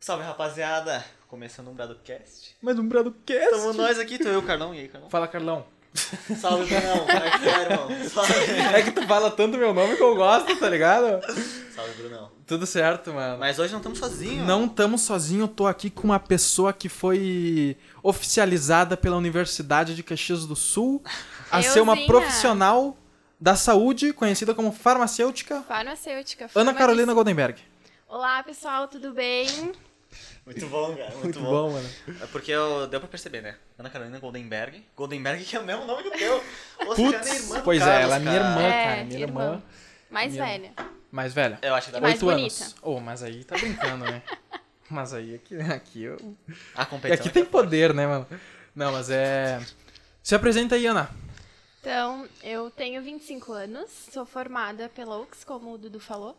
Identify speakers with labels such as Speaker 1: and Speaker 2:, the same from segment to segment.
Speaker 1: Salve rapaziada! Começando um Bradocast.
Speaker 2: Mais um Bradocast.
Speaker 1: Tamo nós aqui, tu eu, Carlão. E aí, Tá Carlão?
Speaker 2: Fala, Carlão.
Speaker 1: Salve, Carlão. Como é que tá, irmão? Salve.
Speaker 2: É que tu fala tanto meu nome que eu gosto, tá ligado?
Speaker 1: Salve, Brunão.
Speaker 2: Tudo certo, mano.
Speaker 1: Mas hoje não estamos sozinhos.
Speaker 2: Não tamo sozinho, eu tô aqui com uma pessoa que foi oficializada pela Universidade de Caxias do Sul a ser uma
Speaker 3: Euzinha.
Speaker 2: profissional da saúde, conhecida como farmacêutica,
Speaker 3: Farmacêutica.
Speaker 2: Ana
Speaker 3: farmacêutica.
Speaker 2: Carolina Goldenberg.
Speaker 3: Olá, pessoal, tudo bem?
Speaker 1: Muito bom, cara. Muito, bom.
Speaker 2: mano.
Speaker 1: É porque eu, deu pra perceber, né? Ana Carolina Goldenberg. Goldenberg que é o mesmo nome do teu. Ou seja, ela é
Speaker 2: Putz,
Speaker 1: irmã do
Speaker 2: pois é,
Speaker 1: Carlos,
Speaker 2: ela é minha
Speaker 1: cara.
Speaker 2: irmã,
Speaker 3: É,
Speaker 2: cara, minha irmã,
Speaker 3: irmã. Mais
Speaker 2: Minha-
Speaker 3: velha.
Speaker 2: mais velha.
Speaker 1: Eu acho que dá pra...
Speaker 3: Mais
Speaker 2: Oito
Speaker 3: bonita.
Speaker 2: anos. Oh, mas aí tá brincando, né? Mas aí aqui, aqui eu
Speaker 1: A
Speaker 2: E
Speaker 1: competição
Speaker 2: aqui É tem poder, né, mano? Não, mas é. Se apresenta aí, Ana.
Speaker 3: Então, eu tenho 25 anos, sou formada pela UX, como o Dudu falou.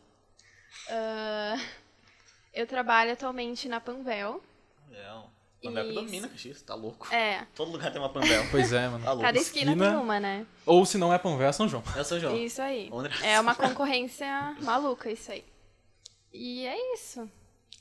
Speaker 3: Ah, eu trabalho atualmente na Panvel.
Speaker 1: Não. Pandel um- é que
Speaker 3: Isso.
Speaker 1: domina, Caxias. Tá louco.
Speaker 3: É,
Speaker 1: Todo lugar tem uma Pandel.
Speaker 2: Pois é, mano.
Speaker 1: Tá louco.
Speaker 3: cada esquina,
Speaker 2: esquina.
Speaker 3: tem uma, né?
Speaker 2: Ou se não é Panvel, é São João.
Speaker 1: Eu sou o João.
Speaker 3: Isso aí.
Speaker 1: Onde-
Speaker 3: É uma concorrência maluca, isso aí. E é isso.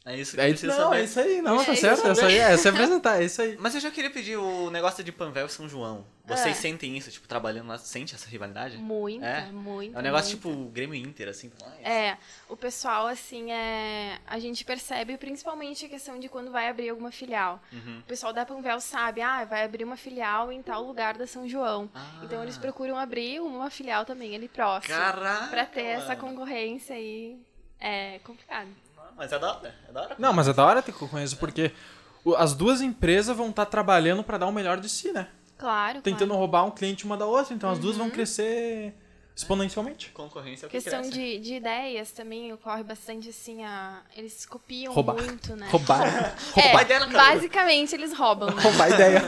Speaker 1: É isso que
Speaker 2: É isso,
Speaker 1: precisa
Speaker 2: não,
Speaker 1: saber.
Speaker 2: é isso aí, não,
Speaker 3: É
Speaker 2: tá
Speaker 3: isso
Speaker 2: certo. É isso
Speaker 3: mesmo.
Speaker 2: aí, é se apresentar, é isso aí.
Speaker 1: Mas eu já queria pedir o negócio de Panvel e São João. Vocês
Speaker 3: É.
Speaker 1: sentem isso, tipo, trabalhando lá, sente essa rivalidade?
Speaker 3: Muita,
Speaker 1: É?
Speaker 3: muita.
Speaker 1: É um negócio
Speaker 3: muita.
Speaker 1: tipo o Grêmio e Inter, assim. tá lá,
Speaker 3: É, o pessoal, assim, é... a gente percebe principalmente a questão de quando vai abrir alguma filial.
Speaker 1: Uhum.
Speaker 3: O pessoal da Panvel sabe, ah, vai abrir uma filial em tal lugar da São João.
Speaker 1: Ah,
Speaker 3: Então eles procuram abrir uma filial também ali próximo.
Speaker 1: Caraca! Ah,
Speaker 3: Pra ter essa
Speaker 1: mano.
Speaker 3: concorrência aí. É complicado.
Speaker 1: Não, Mas é da hora, é da hora.
Speaker 2: Não, mas é da hora ter conheço, porque o- as duas empresas vão estar trabalhando pra dar o melhor de si, né?
Speaker 3: Claro,
Speaker 2: Tentando
Speaker 3: claro.
Speaker 2: roubar um cliente uma da outra, então as duas vão crescer exponencialmente.
Speaker 1: Concorrência é o que
Speaker 3: Questão
Speaker 1: cresce.
Speaker 3: de, de ideias também ocorre bastante assim, a... eles copiam
Speaker 2: Roubar.
Speaker 3: muito, né?
Speaker 2: Roubar.
Speaker 3: É,
Speaker 1: Roubar ideia na cara.
Speaker 3: basicamente eles roubam. né?
Speaker 2: roubar a ideia.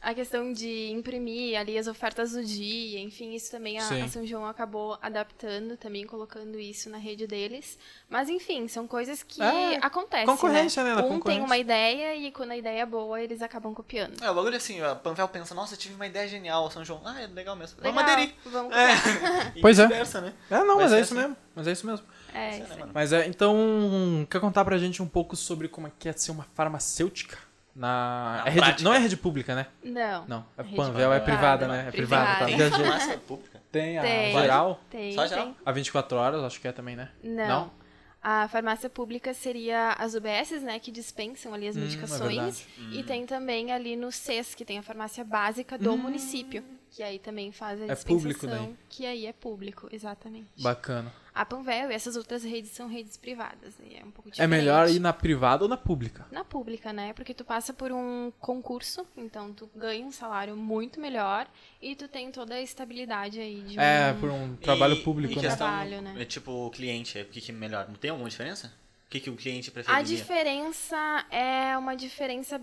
Speaker 3: A questão de imprimir ali as ofertas do dia, enfim, isso também a,
Speaker 2: Sim.
Speaker 3: a São João acabou adaptando, também colocando isso na rede deles. Mas enfim, são coisas que
Speaker 2: É,
Speaker 3: acontecem.
Speaker 2: concorrência, né,
Speaker 3: Um
Speaker 2: na
Speaker 3: tem
Speaker 2: concorrência.
Speaker 3: uma ideia e quando a ideia é boa, eles acabam copiando.
Speaker 1: É, o bagulho é assim, a Panvel pensa, nossa, eu tive uma ideia genial, São João. Ah, é legal mesmo. Vamos
Speaker 3: Legal,
Speaker 1: aderir.
Speaker 3: Vamos copiar.
Speaker 1: É. E
Speaker 2: Pois é.
Speaker 1: vice-versa, né?
Speaker 2: É, não,
Speaker 1: Vai
Speaker 2: mas
Speaker 1: ser
Speaker 2: é isso
Speaker 1: assim.
Speaker 2: mesmo. Mas é isso mesmo.
Speaker 3: É,
Speaker 1: Isso,
Speaker 3: isso
Speaker 1: né,
Speaker 3: aí.
Speaker 1: mano?
Speaker 2: Mas é, então, quer contar pra gente um pouco sobre como é que é ser uma farmacêutica? Na,
Speaker 1: Na
Speaker 2: é rede-
Speaker 1: prática.
Speaker 2: não é rede pública, né?
Speaker 3: Não.
Speaker 2: Não, é
Speaker 3: Rede
Speaker 2: Panvel, é privada,
Speaker 3: privada.
Speaker 2: né? É privada, tá?
Speaker 3: Privada. Tem
Speaker 1: Tem
Speaker 2: Viajei.
Speaker 1: farmácia pública.
Speaker 2: Tem a
Speaker 3: Tem.
Speaker 2: geral,
Speaker 3: Tem,
Speaker 1: Só
Speaker 3: tem.
Speaker 1: geral?
Speaker 2: a 24 horas, acho que é também, né?
Speaker 3: Não.
Speaker 2: Não?
Speaker 3: A farmácia pública seria as UBSs, né, que dispensam ali as
Speaker 2: Hum, é
Speaker 3: medicações.
Speaker 2: verdade.
Speaker 3: e tem também ali no SES, que tem a farmácia básica do município, que aí também faz a
Speaker 2: Hum. É
Speaker 3: dispensação.
Speaker 2: público daí.
Speaker 3: Que aí é público, exatamente.
Speaker 2: Bacana. É
Speaker 3: A Panvel e essas outras redes são redes privadas, né, é um pouco
Speaker 2: É
Speaker 3: diferente.
Speaker 2: melhor ir na privada ou na pública?
Speaker 3: Na pública, né? Porque tu passa por um concurso, então tu ganha um salário muito melhor e tu tem toda a estabilidade aí de um...
Speaker 2: É, por um trabalho
Speaker 1: E-
Speaker 2: público,
Speaker 1: e
Speaker 2: né?
Speaker 1: questão,
Speaker 3: Trabalho, né?
Speaker 1: é Tipo, o cliente, o que que é melhor? Não tem alguma diferença? O que que o cliente
Speaker 3: A
Speaker 1: preferiria?
Speaker 3: diferença é uma diferença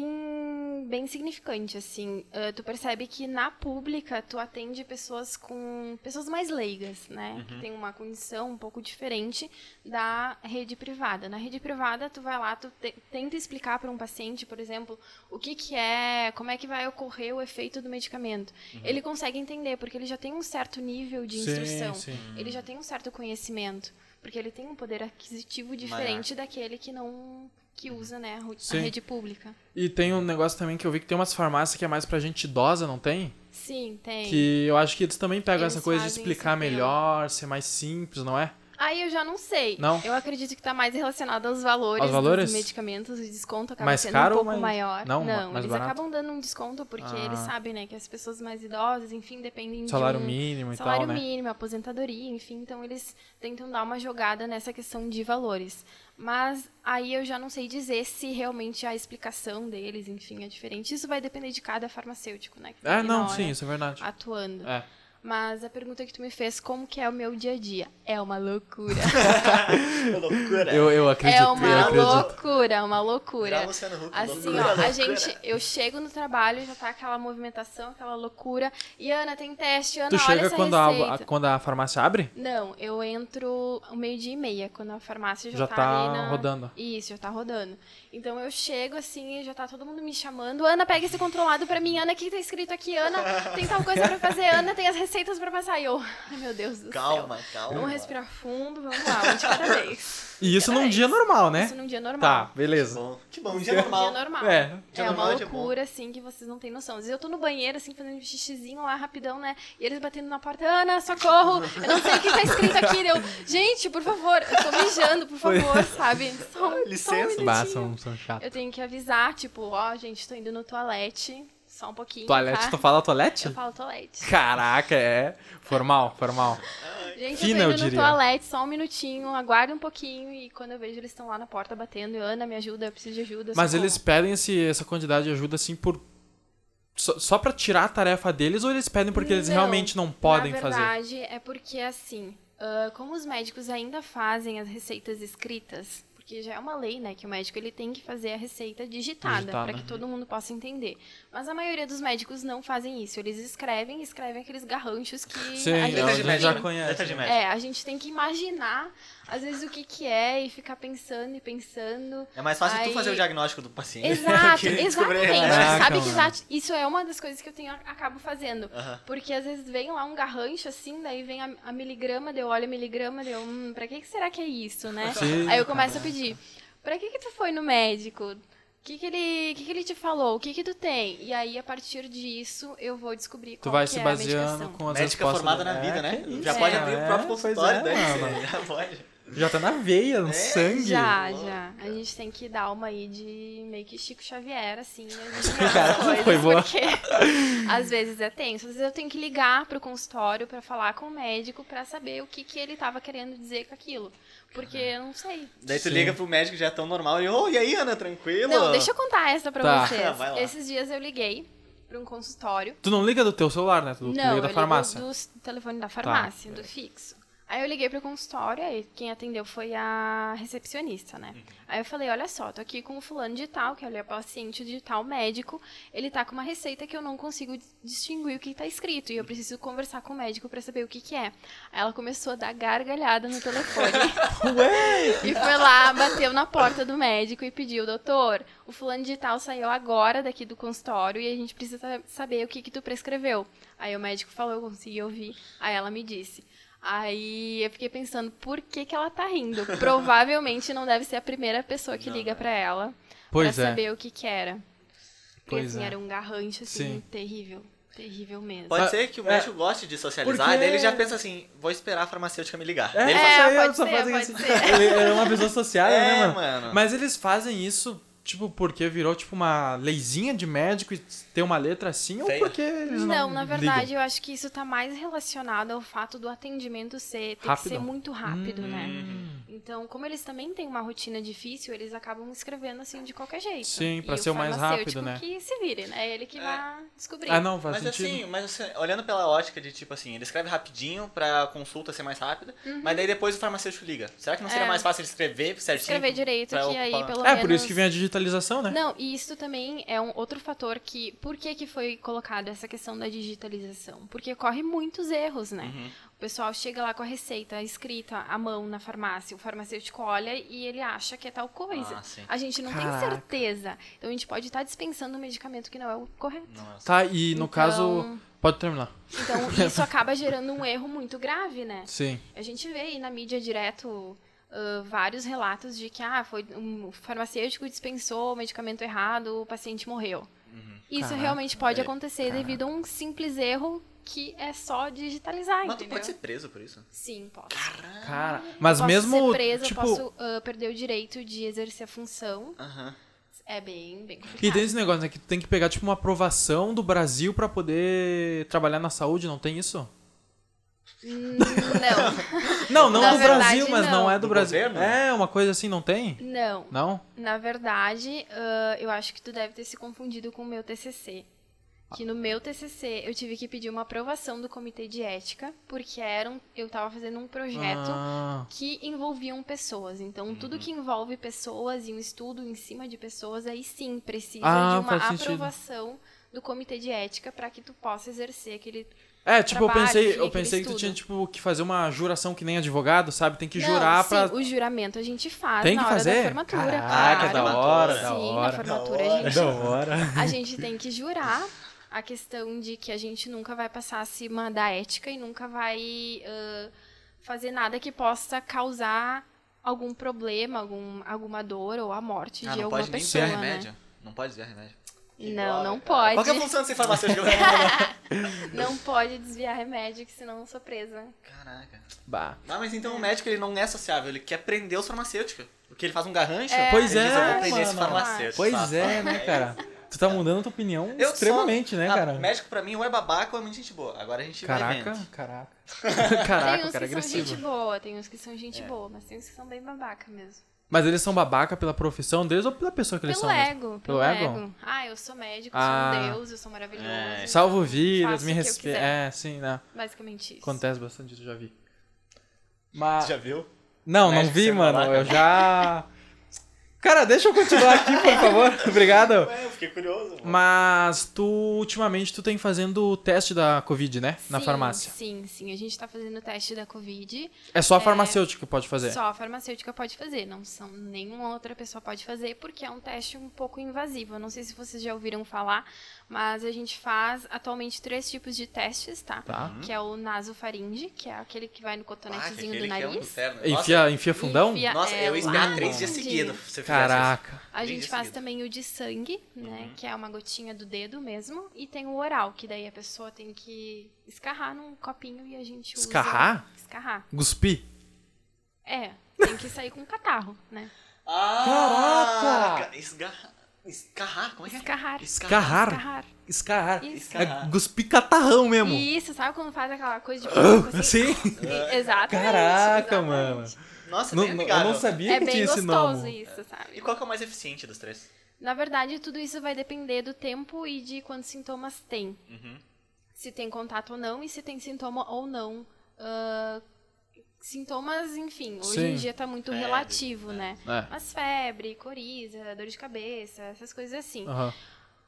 Speaker 3: bem, bem significante, assim. Ah, tu percebe que na pública tu atende pessoas com pessoas mais leigas, né? Que tem uma condição um pouco diferente da rede privada. Na rede privada tu vai lá, tu te- tenta explicar para um paciente, por exemplo, o que que é, como é que vai ocorrer o efeito do medicamento. Ele consegue entender porque ele já tem um certo nível de instrução
Speaker 2: Sim, sim.
Speaker 3: ele já tem um certo conhecimento, porque ele tem um poder aquisitivo diferente daquele que não que usa, né, a, ru- a
Speaker 2: Sim.
Speaker 3: rede pública.
Speaker 2: E tem um negócio também que eu vi que tem umas farmácias que é mais pra gente idosa, não tem?
Speaker 3: Sim, tem.
Speaker 2: Que eu acho que eles também pegam
Speaker 3: Eles
Speaker 2: essa coisa de
Speaker 3: fazem
Speaker 2: explicar
Speaker 3: esse apelo.
Speaker 2: melhor, ser mais simples, não é?
Speaker 3: Aí eu já não sei.
Speaker 2: Não?
Speaker 3: Eu acredito que tá mais relacionado aos valores,
Speaker 2: Aos valores?
Speaker 3: dos medicamentos, o desconto acaba
Speaker 2: Mais
Speaker 3: sendo
Speaker 2: caro
Speaker 3: um
Speaker 2: ou
Speaker 3: pouco
Speaker 2: mais-
Speaker 3: maior.
Speaker 2: Não, ma- mais
Speaker 3: eles
Speaker 2: barato?
Speaker 3: acabam dando um desconto porque
Speaker 2: Ah.
Speaker 3: eles sabem, né, que as pessoas mais idosas, enfim, dependem
Speaker 2: Salário
Speaker 3: de um
Speaker 2: mínimo e
Speaker 3: salário
Speaker 2: tal, né?
Speaker 3: mínimo, aposentadoria, enfim, então eles tentam dar uma jogada nessa questão de valores. Mas aí eu já não sei dizer se realmente a explicação deles, enfim, é diferente. Isso vai depender de cada farmacêutico, né? que tá
Speaker 2: É,
Speaker 3: ali na
Speaker 2: não,
Speaker 3: hora
Speaker 2: sim, isso é verdade.
Speaker 3: Atuando.
Speaker 2: É.
Speaker 3: Mas a pergunta que tu me fez, como que é o meu dia a dia? É uma loucura.
Speaker 1: loucura.
Speaker 2: Eu, eu acredito,
Speaker 3: é
Speaker 2: eu
Speaker 3: uma
Speaker 2: acredito.
Speaker 3: loucura, é uma loucura.
Speaker 1: Virar Luciano Huck,
Speaker 3: Assim,
Speaker 1: loucura,
Speaker 3: ó, a
Speaker 1: loucura.
Speaker 3: gente, eu chego no trabalho e já tá aquela movimentação, aquela loucura. E Ana, tem teste, Ana,
Speaker 2: Tu
Speaker 3: olha
Speaker 2: chega
Speaker 3: essa
Speaker 2: quando
Speaker 3: receita.
Speaker 2: a, a- quando a farmácia abre?
Speaker 3: Não, eu entro ao meio-dia e meia, quando a farmácia já,
Speaker 2: Já
Speaker 3: tá,
Speaker 2: tá
Speaker 3: ali na...
Speaker 2: rodando.
Speaker 3: Isso, já tá rodando. Então eu chego assim, e já tá todo mundo me chamando. Ana, pega esse controlado pra mim. Ana, o que que tá escrito aqui? Ana, tem tal coisa pra fazer. Ana, tem as receitas pra passar. E eu, ai meu Deus do céu.
Speaker 1: Calma, calma.
Speaker 3: Vamos respirar fundo, vamos lá, um de cada vez.
Speaker 2: E isso num
Speaker 3: Era
Speaker 2: dia
Speaker 3: É isso.
Speaker 2: normal, né?
Speaker 3: Isso num dia normal.
Speaker 2: Tá,
Speaker 1: Que
Speaker 2: beleza.
Speaker 1: bom, que bom, um dia normal.
Speaker 3: Dia normal.
Speaker 2: É.
Speaker 3: É
Speaker 1: Dia
Speaker 3: uma
Speaker 1: normal, dia bom.
Speaker 3: loucura, assim, que vocês não têm noção. Às vezes eu tô no banheiro, assim, fazendo um xixizinho lá, rapidão, né? E eles batendo na porta, Ana, socorro! Eu não sei o que tá escrito aqui. Deu, gente, por favor, eu tô mijando, por
Speaker 2: Foi.
Speaker 3: favor, sabe? Só um- só um
Speaker 1: Licença.
Speaker 2: Bah,
Speaker 3: minutinho.
Speaker 2: são, são chato.
Speaker 3: Eu tenho que avisar, tipo, ó, gente, tô indo no toalete, só um pouquinho.
Speaker 2: Toalete,
Speaker 3: tá?
Speaker 2: tu fala toalete?
Speaker 3: Eu falo toalete.
Speaker 2: Caraca, é. Formal, formal.
Speaker 3: Gente,
Speaker 2: Fina, eu
Speaker 3: eu tô indo no
Speaker 2: diria.
Speaker 3: toalete, só um minutinho, aguarda um pouquinho e quando eu vejo eles estão lá na porta batendo, eu, Ana, me ajuda, eu preciso de ajuda.
Speaker 2: Mas
Speaker 3: socorro."
Speaker 2: eles pedem esse, essa quantidade de ajuda assim por. Só, só pra tirar a tarefa deles ou eles pedem porque eles
Speaker 3: Não,
Speaker 2: realmente não podem
Speaker 3: Na
Speaker 2: fazer?
Speaker 3: verdade, é porque assim, ah, como os médicos ainda fazem as receitas escritas, porque já é uma lei, né, que o médico ele tem que fazer a receita digitada
Speaker 2: Digitada.
Speaker 3: para que todo mundo possa entender. Mas a maioria dos médicos não fazem isso, eles escrevem, escrevem aqueles garranchos que
Speaker 2: Sim,
Speaker 3: a
Speaker 2: é,
Speaker 3: gente
Speaker 1: Letra de
Speaker 2: já
Speaker 1: médico. né?
Speaker 2: conhece.
Speaker 1: Letra de médico.
Speaker 3: É, a gente tem que imaginar às vezes o que que é e ficar pensando e pensando.
Speaker 1: É mais fácil tu
Speaker 3: Aí-
Speaker 1: fazer o diagnóstico do paciente.
Speaker 3: Exato,
Speaker 1: que descobrir
Speaker 3: exatamente.
Speaker 1: a
Speaker 2: né?
Speaker 3: Sabe
Speaker 2: Caraca,
Speaker 3: que
Speaker 2: mano.
Speaker 3: exato, isso é uma das coisas que eu tenho acabo fazendo.
Speaker 1: Aham.
Speaker 3: Porque às vezes vem lá um garrancho assim, daí vem a, a miligrama, deu olho a miligrama, deu, hum, pra que, que será que é isso, né?
Speaker 2: Sim,
Speaker 3: Aí eu começo a pedir, pra que que tu foi no médico? O que que, ele, que que ele te falou? O que que tu tem? E aí, a partir disso, eu vou descobrir
Speaker 2: Tu
Speaker 3: qual
Speaker 2: vai
Speaker 3: que
Speaker 2: se
Speaker 3: é a
Speaker 2: baseando
Speaker 3: medicação.
Speaker 2: com as
Speaker 1: Médica
Speaker 2: respostas
Speaker 1: formada
Speaker 2: da-
Speaker 1: na
Speaker 2: É,
Speaker 1: vida, né?
Speaker 2: que
Speaker 1: Já
Speaker 2: isso,
Speaker 1: pode
Speaker 2: é,
Speaker 1: abrir o
Speaker 2: é,
Speaker 1: próprio
Speaker 2: pois
Speaker 1: consultório,
Speaker 2: é,
Speaker 1: né?
Speaker 2: mano.
Speaker 1: Já pode.
Speaker 2: Já tá na veia, no
Speaker 1: É,
Speaker 2: sangue.
Speaker 3: Já,
Speaker 1: Louca.
Speaker 3: já. A gente tem que dar uma aí de meio que Chico Xavier, assim. né?
Speaker 2: Cara,
Speaker 3: As coisas,
Speaker 2: foi boa.
Speaker 3: Porque às vezes é tenso. Às vezes eu tenho que ligar pro consultório pra falar com o médico pra saber o que, que ele tava querendo dizer com aquilo. Porque eu não sei.
Speaker 1: Daí tu
Speaker 2: Sim.
Speaker 1: liga pro médico já é tão normal e, ô, e aí, Ana, tranquilo?
Speaker 3: Não, deixa eu contar essa pra
Speaker 2: Tá.
Speaker 1: Ah, vai lá.
Speaker 3: vocês. Esses dias eu liguei pra um consultório.
Speaker 2: Tu não liga do teu celular, né? Tu tu
Speaker 3: Não,
Speaker 2: liga
Speaker 3: eu
Speaker 2: da
Speaker 3: ligo
Speaker 2: farmácia. Tá,
Speaker 3: do s- telefone da farmácia, do fixo. Aí eu liguei pro consultório, aí quem atendeu foi a recepcionista, né?
Speaker 2: Uhum.
Speaker 3: Aí eu falei, olha só, tô aqui com o fulano de tal, que ele é paciente de tal médico, ele tá com uma receita que eu não consigo dis- distinguir o que tá escrito, e eu preciso conversar com o médico pra saber o que que é. Aí ela começou a dar gargalhada no telefone. E foi lá, bateu na porta do médico e pediu, doutor, o fulano de tal saiu agora daqui do consultório e a gente precisa saber o que que tu prescreveu. Aí o médico falou, eu consegui ouvir, aí ela me disse. Aí eu fiquei pensando, por que que ela tá rindo? Provavelmente não deve ser a primeira pessoa que
Speaker 1: Não, é.
Speaker 3: liga
Speaker 1: não.
Speaker 3: pra ela
Speaker 2: Pois
Speaker 3: pra
Speaker 2: é.
Speaker 3: saber o que que era. Porque
Speaker 2: Pois
Speaker 3: assim,
Speaker 2: é.
Speaker 3: era um garrancho assim,
Speaker 2: Sim.
Speaker 3: terrível, terrível mesmo.
Speaker 1: Pode
Speaker 2: Ah,
Speaker 1: ser que o
Speaker 2: é.
Speaker 1: médico goste de socializar,
Speaker 2: Porque-
Speaker 1: daí ele já pensa assim, vou esperar a farmacêutica me ligar. Daí
Speaker 2: É,
Speaker 1: ele
Speaker 3: É,
Speaker 2: isso aí,
Speaker 3: pode
Speaker 2: só
Speaker 3: ser,
Speaker 2: fazem
Speaker 3: pode
Speaker 2: assim.
Speaker 3: ser.
Speaker 2: Ele Era uma pessoa social,
Speaker 1: É,
Speaker 2: né, mano?
Speaker 1: mano.
Speaker 2: Mas eles fazem isso, tipo, porque virou, tipo, uma leizinha de médico e tem uma letra assim, ou
Speaker 1: Feia.
Speaker 2: porque eles não
Speaker 3: Não, na verdade, eu acho que isso tá mais relacionado ao fato do atendimento ser ter que ser
Speaker 2: Rápido.
Speaker 3: muito rápido, né?
Speaker 1: Uhum.
Speaker 3: Então, como eles também têm uma rotina difícil, eles acabam escrevendo assim de qualquer jeito.
Speaker 2: Sim, pra
Speaker 3: E
Speaker 2: ser o mais
Speaker 3: farmacêutico
Speaker 2: rápido, né?
Speaker 3: Que se vire, né? Ele que
Speaker 1: É.
Speaker 3: vai descobrir.
Speaker 2: ligam? Ah, não, faz
Speaker 1: Mas
Speaker 2: sentido.
Speaker 1: assim, mas assim, olhando pela ótica de tipo assim, ele escreve rapidinho pra consulta ser mais rápida, mas daí depois o farmacêutico liga. Será que não seria
Speaker 3: Uhum. É.
Speaker 1: mais fácil ele escrever certinho?
Speaker 3: Escrever direito,
Speaker 1: pra
Speaker 3: que aí
Speaker 1: ocupar-
Speaker 3: pelo
Speaker 2: é,
Speaker 3: menos.
Speaker 2: por isso que vem a digitalização, né?
Speaker 3: Não, e isso também é um outro fator que. Por que, que foi colocado essa questão da digitalização? Porque corre muitos erros, né?
Speaker 1: Uhum.
Speaker 3: O pessoal chega lá com a receita escrita à mão na farmácia, o farmacêutico olha e ele acha que é tal coisa.
Speaker 1: Ah, sim.
Speaker 3: A gente não
Speaker 2: Caraca.
Speaker 3: tem certeza. Então a gente pode estar dispensando um medicamento que não é o correto.
Speaker 1: Não, eu-
Speaker 2: Tá, e no
Speaker 3: Então-
Speaker 2: caso. Pode terminar.
Speaker 3: Então isso acaba gerando um erro muito grave, né?
Speaker 2: Sim.
Speaker 3: A gente vê aí na mídia direto ah, vários relatos de que ah, foi um farmacêutico dispensou o medicamento errado, o paciente morreu.
Speaker 1: Uhum.
Speaker 3: Isso
Speaker 2: Caraca,
Speaker 3: realmente pode
Speaker 1: velho.
Speaker 3: acontecer devido a um simples erro que é só digitalizar,
Speaker 1: Mas tu
Speaker 3: entendeu?
Speaker 1: pode ser preso por isso?
Speaker 3: Sim, posso.
Speaker 1: Caralho.
Speaker 2: Cara, mas
Speaker 3: posso
Speaker 2: mesmo.
Speaker 3: ser presa,
Speaker 2: tipo,
Speaker 3: posso ah, perder o direito de exercer a função.
Speaker 1: Aham.
Speaker 3: É bem, bem
Speaker 2: E
Speaker 3: complicado.
Speaker 2: tem esse negócio, né? Que tu tem que pegar, tipo, uma aprovação do Brasil pra poder trabalhar na saúde, não tem isso?
Speaker 3: Hum,
Speaker 2: Não,
Speaker 3: Não,
Speaker 2: não
Speaker 3: Na
Speaker 2: do
Speaker 3: verdade,
Speaker 2: Brasil, mas não,
Speaker 3: não.
Speaker 2: é do,
Speaker 1: Do
Speaker 2: Brasil.
Speaker 1: governo?
Speaker 2: É, uma coisa assim, não tem?
Speaker 3: não.
Speaker 2: Não?
Speaker 3: Na verdade, ah, eu acho que tu deve ter se confundido com o meu TCC. Que no meu TCC eu tive que pedir uma aprovação do comitê de ética, porque era um- eu estava fazendo um projeto
Speaker 2: Ah, Uhum.
Speaker 3: que envolviam pessoas. Então, tudo que envolve pessoas e um estudo em cima de pessoas, aí sim precisa
Speaker 2: Ah,
Speaker 3: de uma
Speaker 2: faz sentido.
Speaker 3: aprovação do comitê de ética para que tu possa exercer aquele.
Speaker 2: é, tipo, eu
Speaker 3: trabalho,
Speaker 2: pensei,
Speaker 3: enfim,
Speaker 2: eu
Speaker 3: aquele
Speaker 2: pensei que tu
Speaker 3: estudo.
Speaker 2: tinha, tipo, que fazer uma juração que nem advogado, sabe? Tem que
Speaker 3: Não,
Speaker 2: jurar
Speaker 3: sim,
Speaker 2: pra.
Speaker 3: O juramento a gente faz
Speaker 2: Tem que
Speaker 3: na hora
Speaker 2: fazer?
Speaker 3: da formatura.
Speaker 2: Caraca, é
Speaker 1: da
Speaker 3: claro.
Speaker 1: hora, da
Speaker 3: Sim,
Speaker 2: hora.
Speaker 3: na formatura a
Speaker 1: Da
Speaker 3: gente
Speaker 2: hora.
Speaker 3: A gente tem que jurar a questão de que a gente nunca vai passar acima da ética e nunca vai ah, fazer nada que possa causar algum problema, algum, alguma dor ou a morte
Speaker 1: Ah,
Speaker 3: de
Speaker 1: não
Speaker 3: alguma
Speaker 1: pode nem
Speaker 3: pessoa.
Speaker 1: desviar
Speaker 3: né?
Speaker 1: remédio. Não pode desviar remédio.
Speaker 3: Não, não
Speaker 1: Qualquer
Speaker 3: pode.
Speaker 1: Qual que é a função de ser farmacêutico? Caraca.
Speaker 3: Não pode desviar remédio, que senão eu sou presa.
Speaker 2: Bah.
Speaker 1: Tá, mas então o médico ele não é sociável, ele quer prender os farmacêuticos. Porque ele faz um garrancho.
Speaker 3: É.
Speaker 2: Pois
Speaker 1: ele
Speaker 2: é,
Speaker 1: diz, eu vou prender esse
Speaker 2: mano.
Speaker 1: farmacêutico.
Speaker 2: Pois
Speaker 1: safado.
Speaker 2: é, né, cara? Tu tá mudando a tua opinião
Speaker 1: Eu sou-
Speaker 2: extremamente, né,
Speaker 1: Ah,
Speaker 2: cara?
Speaker 1: Médico pra mim ou é babaca ou é muito gente boa. Agora a gente vai
Speaker 2: Caraca,
Speaker 1: vendo.
Speaker 2: caraca.
Speaker 3: tem
Speaker 2: Caraca,
Speaker 3: uns
Speaker 2: cara,
Speaker 3: que são gente
Speaker 2: agressivo.
Speaker 3: boa, tem uns que são
Speaker 1: É.
Speaker 3: gente boa, mas tem uns que são bem babaca mesmo.
Speaker 2: Mas eles são babaca pela profissão deles ou pela pessoa que eles
Speaker 3: pelo
Speaker 2: são? mesmo?
Speaker 3: ego, pelo,
Speaker 2: Pelo ego?
Speaker 3: ego? Ah, eu sou médico,
Speaker 2: Ah.
Speaker 3: sou um deus, eu sou maravilhoso.
Speaker 1: É.
Speaker 2: Salvo vidas,
Speaker 3: Faço
Speaker 2: me
Speaker 3: o que eu
Speaker 2: respeita.
Speaker 3: quiser.
Speaker 2: É, sim, né?
Speaker 3: Basicamente isso.
Speaker 2: Acontece bastante isso, já vi. Mas.
Speaker 1: Já viu?
Speaker 2: Não, não
Speaker 1: Médico
Speaker 2: vi,
Speaker 1: sendo
Speaker 2: mano.
Speaker 1: babaca.
Speaker 2: Eu já. Cara, deixa eu continuar aqui, por favor. Obrigado.
Speaker 1: Ué, É, eu fiquei curioso. mano.
Speaker 2: Mas tu, ultimamente, tu tem fazendo o teste da Covid, né? Na
Speaker 3: Sim,
Speaker 2: farmácia.
Speaker 3: Sim, sim. A gente tá fazendo o teste da Covid.
Speaker 2: É só a farmacêutica que pode fazer.
Speaker 3: Só a farmacêutica pode fazer, não são nenhuma outra pessoa pode fazer, porque é um teste um pouco invasivo. Eu não sei se vocês já ouviram falar, mas a gente faz atualmente três tipos de testes, tá?
Speaker 2: Tá.
Speaker 3: Que é o nasofaringe, que é aquele que vai no cotonetezinho do
Speaker 1: aquele que é um
Speaker 3: nariz.
Speaker 1: inferno.
Speaker 2: Enfia, enfia fundão?
Speaker 3: Enfia-
Speaker 1: Nossa,
Speaker 3: É,
Speaker 1: eu ia esperar
Speaker 2: lá.
Speaker 1: três dias
Speaker 3: Entendi.
Speaker 1: seguidos. se você fizesse
Speaker 2: Caraca.
Speaker 3: A
Speaker 1: Bem
Speaker 3: gente faz
Speaker 1: decidido.
Speaker 3: também o de sangue, né?
Speaker 2: Uhum.
Speaker 3: Que é uma gotinha do dedo mesmo. E tem o oral, que daí a pessoa tem que escarrar num copinho e a gente usa.
Speaker 2: Escarrar?
Speaker 3: Escarrar.
Speaker 2: Guspi.
Speaker 3: É. Tem que sair com catarro,
Speaker 1: isso.
Speaker 3: né?
Speaker 1: Ah,
Speaker 2: Caraca!
Speaker 1: Esgarra... Escarrar? Como é que é?
Speaker 3: Escarrar.
Speaker 2: Escarrar.
Speaker 3: Escarrar.
Speaker 2: Escarrar.
Speaker 3: Isso.
Speaker 2: É guspi catarrão mesmo. Ah,
Speaker 3: E isso, sabe quando faz aquela coisa de pouco, assim?
Speaker 2: Sim.
Speaker 3: E- Exatamente.
Speaker 2: Caraca,
Speaker 3: exatamente.
Speaker 2: mano.
Speaker 1: Nossa,
Speaker 2: Não-
Speaker 1: bem
Speaker 2: não- eu
Speaker 1: amigável.
Speaker 2: não sabia
Speaker 3: É
Speaker 2: que
Speaker 3: bem
Speaker 2: tinha esse
Speaker 3: gostoso
Speaker 2: nome.
Speaker 3: isso,
Speaker 1: E
Speaker 3: sabe?
Speaker 1: qual que é o mais eficiente dos três?
Speaker 3: Na verdade, tudo isso vai depender do tempo e de quantos sintomas tem.
Speaker 1: Uhum.
Speaker 3: se tem contato ou não e se tem sintoma ou não. Ah, sintomas, enfim, hoje
Speaker 2: Sim.
Speaker 3: em dia tá muito
Speaker 1: Febre, tá.
Speaker 3: relativo, né?
Speaker 2: É.
Speaker 3: Mas febre, coriza, dor de cabeça, essas coisas assim.
Speaker 2: Aham.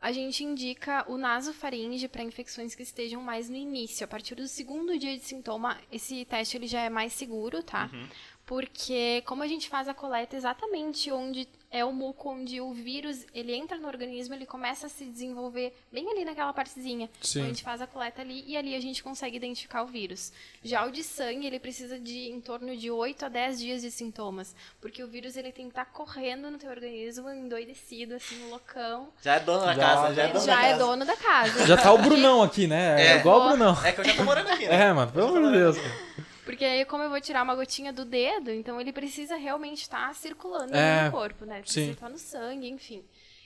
Speaker 3: A gente indica o nasofaringe para infecções que estejam mais no início. A partir do segundo dia de sintoma, esse teste ele já é mais seguro, tá? Porque como a gente faz a coleta exatamente onde é o muco, onde o vírus ele entra no organismo, ele começa a se desenvolver bem ali naquela partezinha.
Speaker 2: Sim.
Speaker 3: Então a gente faz a coleta ali e ali a gente consegue identificar o vírus. Já o de sangue, ele precisa de em torno de 8 a 10 dias de sintomas, porque o vírus ele tem que estar correndo no teu organismo, endoidecido assim no loucão.
Speaker 1: Já é dono da
Speaker 2: Já-
Speaker 1: casa, já é
Speaker 3: Ele
Speaker 1: dono da
Speaker 3: já é
Speaker 1: casa.
Speaker 3: dono da casa.
Speaker 2: Já tá o Brunão aqui, né? É,
Speaker 1: É.
Speaker 2: igual o Brunão.
Speaker 1: É que eu já tô morando aqui, né?
Speaker 2: É, mano, pelo amor de Deus. cara.
Speaker 3: Porque aí, como eu vou tirar uma gotinha do dedo, então ele precisa realmente estar circulando
Speaker 2: É,
Speaker 3: ali no corpo, né? Precisa
Speaker 2: sim.
Speaker 3: estar no sangue, enfim.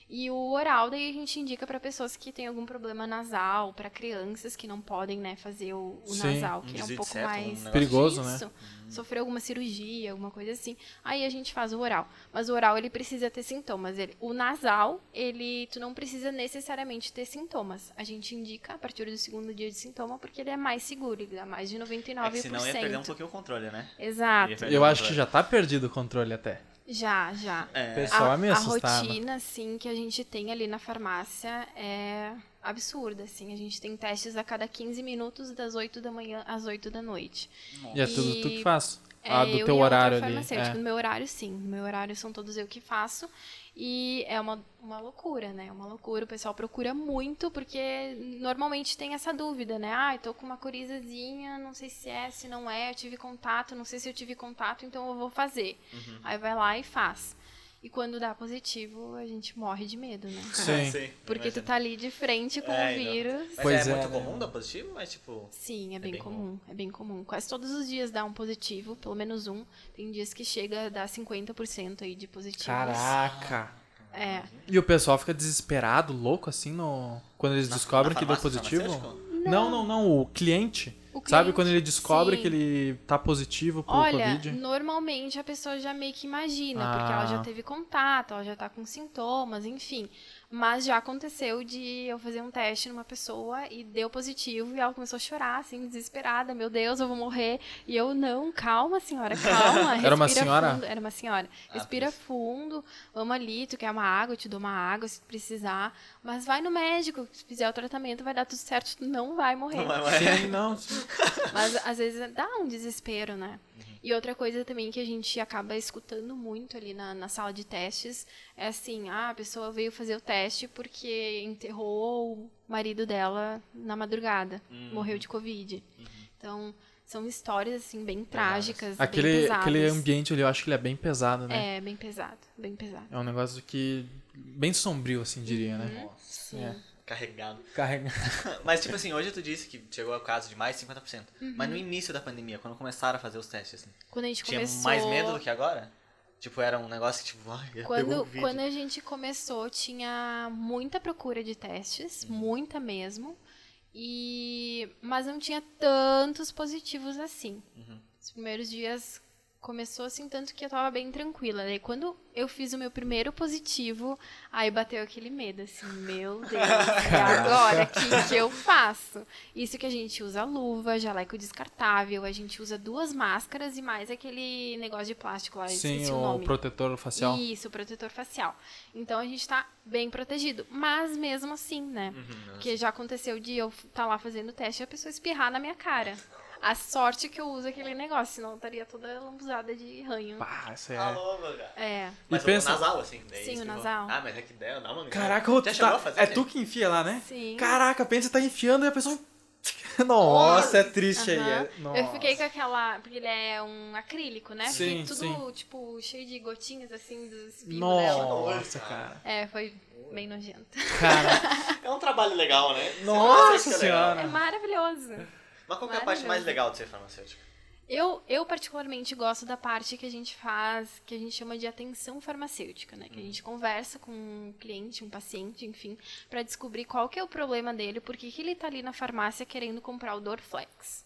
Speaker 3: E o oral, daí a gente indica para pessoas que têm algum problema nasal, para crianças que não podem, né, fazer o, o
Speaker 2: Sim.
Speaker 3: nasal,
Speaker 1: Um
Speaker 3: que é um
Speaker 1: desvio de
Speaker 3: pouco
Speaker 1: septo, um
Speaker 3: mais
Speaker 1: negócio
Speaker 2: Perigoso, né?
Speaker 3: Isso. Sofreu alguma cirurgia, alguma coisa assim. Aí a gente faz o oral. Mas o oral, ele precisa ter sintomas. Ele, o nasal, ele, tu não precisa necessariamente ter sintomas. A gente indica a partir do segundo dia de sintoma, porque ele é mais seguro, ele dá mais de 99%.
Speaker 1: É que senão ia perder um pouquinho o controle, né?
Speaker 3: Exato.
Speaker 1: Ia
Speaker 2: Eu acho que já tá perdido o controle até.
Speaker 3: Já, já.
Speaker 1: É.
Speaker 2: Pessoal,
Speaker 3: a,
Speaker 2: me
Speaker 3: a
Speaker 2: assustava.
Speaker 3: rotina, assim, que a gente tem ali na farmácia é absurda, assim. A gente tem testes a cada 15 minutos, das 8 da manhã às 8 da noite.
Speaker 2: E é tudo tu que
Speaker 3: E-
Speaker 2: faz.
Speaker 3: É,
Speaker 2: ah, do
Speaker 3: eu
Speaker 2: teu
Speaker 3: e a outra
Speaker 2: horário ali. é.
Speaker 3: farmacêutica. No meu horário, sim. No meu horário são todos eu que faço. E é uma, uma loucura, né? É uma loucura. O pessoal procura muito, porque normalmente tem essa dúvida, né? Ah, eu tô com uma corizazinha, não sei se é, se não é, eu tive contato, não sei se eu tive contato, então eu vou fazer.
Speaker 2: Uhum.
Speaker 3: Aí vai lá e faz. E quando dá positivo, a gente morre de medo, né?
Speaker 2: É. Sim.
Speaker 3: Porque tu tá ali de frente com
Speaker 1: É,
Speaker 3: o
Speaker 1: então.
Speaker 3: vírus.
Speaker 1: é. Mas
Speaker 2: Pois
Speaker 1: é,
Speaker 2: é,
Speaker 1: muito
Speaker 2: né?
Speaker 1: comum dar positivo, mas tipo...
Speaker 3: Sim, é bem,
Speaker 1: bem
Speaker 3: comum, é bem comum. Quase todos os dias dá um positivo, pelo menos um. Tem dias que chega a dar 50% aí de positivos.
Speaker 2: Caraca.
Speaker 3: É.
Speaker 2: E o pessoal fica desesperado, louco, assim, no... quando eles
Speaker 1: Na-
Speaker 2: descobrem
Speaker 1: na
Speaker 2: que deu
Speaker 1: farmácia,
Speaker 2: positivo?
Speaker 1: farmacêutico?
Speaker 2: Não, não, não. O cliente.
Speaker 3: O
Speaker 2: sabe
Speaker 3: cliente,
Speaker 2: quando ele descobre
Speaker 3: sim.
Speaker 2: que ele tá positivo pro
Speaker 3: Olha,
Speaker 2: Covid?
Speaker 3: normalmente a pessoa já meio que imagina, porque
Speaker 2: Ah.
Speaker 3: ela já teve contato, ela já tá com sintomas, enfim. Mas já aconteceu de eu fazer um teste numa pessoa e deu positivo e ela começou a chorar, assim, desesperada, meu Deus, eu vou morrer. E eu, não, calma, senhora, calma.
Speaker 2: Era uma
Speaker 3: respira
Speaker 2: senhora?
Speaker 3: fundo. Era uma senhora.
Speaker 1: Ah,
Speaker 3: Respira fundo, vamos ali, tu quer uma água, eu te dou uma água se tu precisar. Mas vai no médico, se fizer o tratamento, vai dar tudo
Speaker 1: é?
Speaker 3: certo, tu não é. vai morrer.
Speaker 1: Não, mas-
Speaker 2: Sim, não. sim.
Speaker 1: Uhum.
Speaker 3: Mas às vezes dá um desespero, né? E outra coisa também que a gente acaba escutando muito ali na, na sala de testes é assim: ah, a pessoa veio fazer o teste porque enterrou o marido dela na madrugada,
Speaker 1: Uhum.
Speaker 3: morreu de Covid. Então, são histórias assim bem
Speaker 1: Pesadas.
Speaker 3: trágicas, bem
Speaker 2: Aquele,
Speaker 3: pesadas.
Speaker 2: aquele ambiente ali, eu acho que ele é bem pesado, né?
Speaker 3: É, bem pesado, bem pesado.
Speaker 2: É um negócio que. bem sombrio, assim, diria, né?
Speaker 3: Uhum.
Speaker 1: Nossa,
Speaker 3: Sim.
Speaker 2: É.
Speaker 1: carregado.
Speaker 2: Carrega.
Speaker 1: Mas, tipo assim, hoje tu disse que chegou ao caso de mais de 50%.
Speaker 3: Uhum.
Speaker 1: Mas no início da pandemia, quando começaram a fazer os testes, assim,
Speaker 3: Quando a gente
Speaker 1: tinha
Speaker 3: começou.
Speaker 1: mais medo do que agora? Tipo, era um negócio que, tipo, ai, pegou o
Speaker 3: Quando,
Speaker 1: vídeo.
Speaker 3: quando a gente começou, tinha muita procura de testes, muita mesmo. E mas não tinha tantos positivos assim. Os primeiros dias começou assim tanto que eu tava bem tranquila. Daí quando eu fiz o meu primeiro positivo, aí bateu aquele medo assim, meu Deus, e agora o que, que eu faço? Isso que a gente usa luva, jaleco descartável, a gente usa duas máscaras e mais aquele negócio de plástico lá, eu
Speaker 2: Sim,
Speaker 3: esqueci é o
Speaker 2: o
Speaker 3: nome.
Speaker 2: protetor facial.
Speaker 3: Isso, protetor facial. Então a gente tá bem protegido. Mas mesmo assim, né?
Speaker 1: Uhum,
Speaker 3: Porque já aconteceu de eu estar tá lá fazendo o teste e a pessoa espirrar na minha cara. A sorte que eu uso aquele negócio, senão eu estaria toda lambuzada de ranho.
Speaker 2: Pá, isso é.
Speaker 1: Alô, manga.
Speaker 3: É.
Speaker 1: Mas
Speaker 2: E
Speaker 1: o
Speaker 2: pensa-
Speaker 1: nasal, assim, daí
Speaker 3: Sim, o
Speaker 1: espirrou.
Speaker 3: nasal.
Speaker 1: Ah, mas é que deu, dá uma
Speaker 2: Caraca, ô,
Speaker 1: Já
Speaker 2: tu
Speaker 1: chegou
Speaker 2: tá-
Speaker 1: a fazer,
Speaker 2: é
Speaker 1: né?
Speaker 2: tu que enfia lá, né?
Speaker 3: Sim.
Speaker 2: Caraca, pensa, tá enfiando e a pessoa. Nossa, é triste aí.
Speaker 3: Aham.
Speaker 2: é- Nossa.
Speaker 3: Eu fiquei com aquela. Porque ele é um acrílico, né?
Speaker 2: Sim,
Speaker 3: Fiquei tudo, tipo, cheio de gotinhas assim dos espinhos dela.
Speaker 2: Nossa,
Speaker 1: Nojo,
Speaker 2: cara.
Speaker 1: cara.
Speaker 3: É, foi bem nojento.
Speaker 2: Cara,
Speaker 1: É um trabalho legal, né? Você não
Speaker 2: nossa
Speaker 1: acha que é legal?
Speaker 2: senhora.
Speaker 3: É maravilhoso.
Speaker 1: Mas qual que é a parte mais
Speaker 3: Maravilhoso.
Speaker 1: legal de ser farmacêutico?
Speaker 3: Eu, eu particularmente gosto da parte que a gente faz, que a gente chama de atenção farmacêutica, né? Que a
Speaker 2: Uhum.
Speaker 3: gente conversa com um cliente, um paciente, enfim, para descobrir qual que é o problema dele, por que que ele tá ali na farmácia querendo comprar o Dorflex.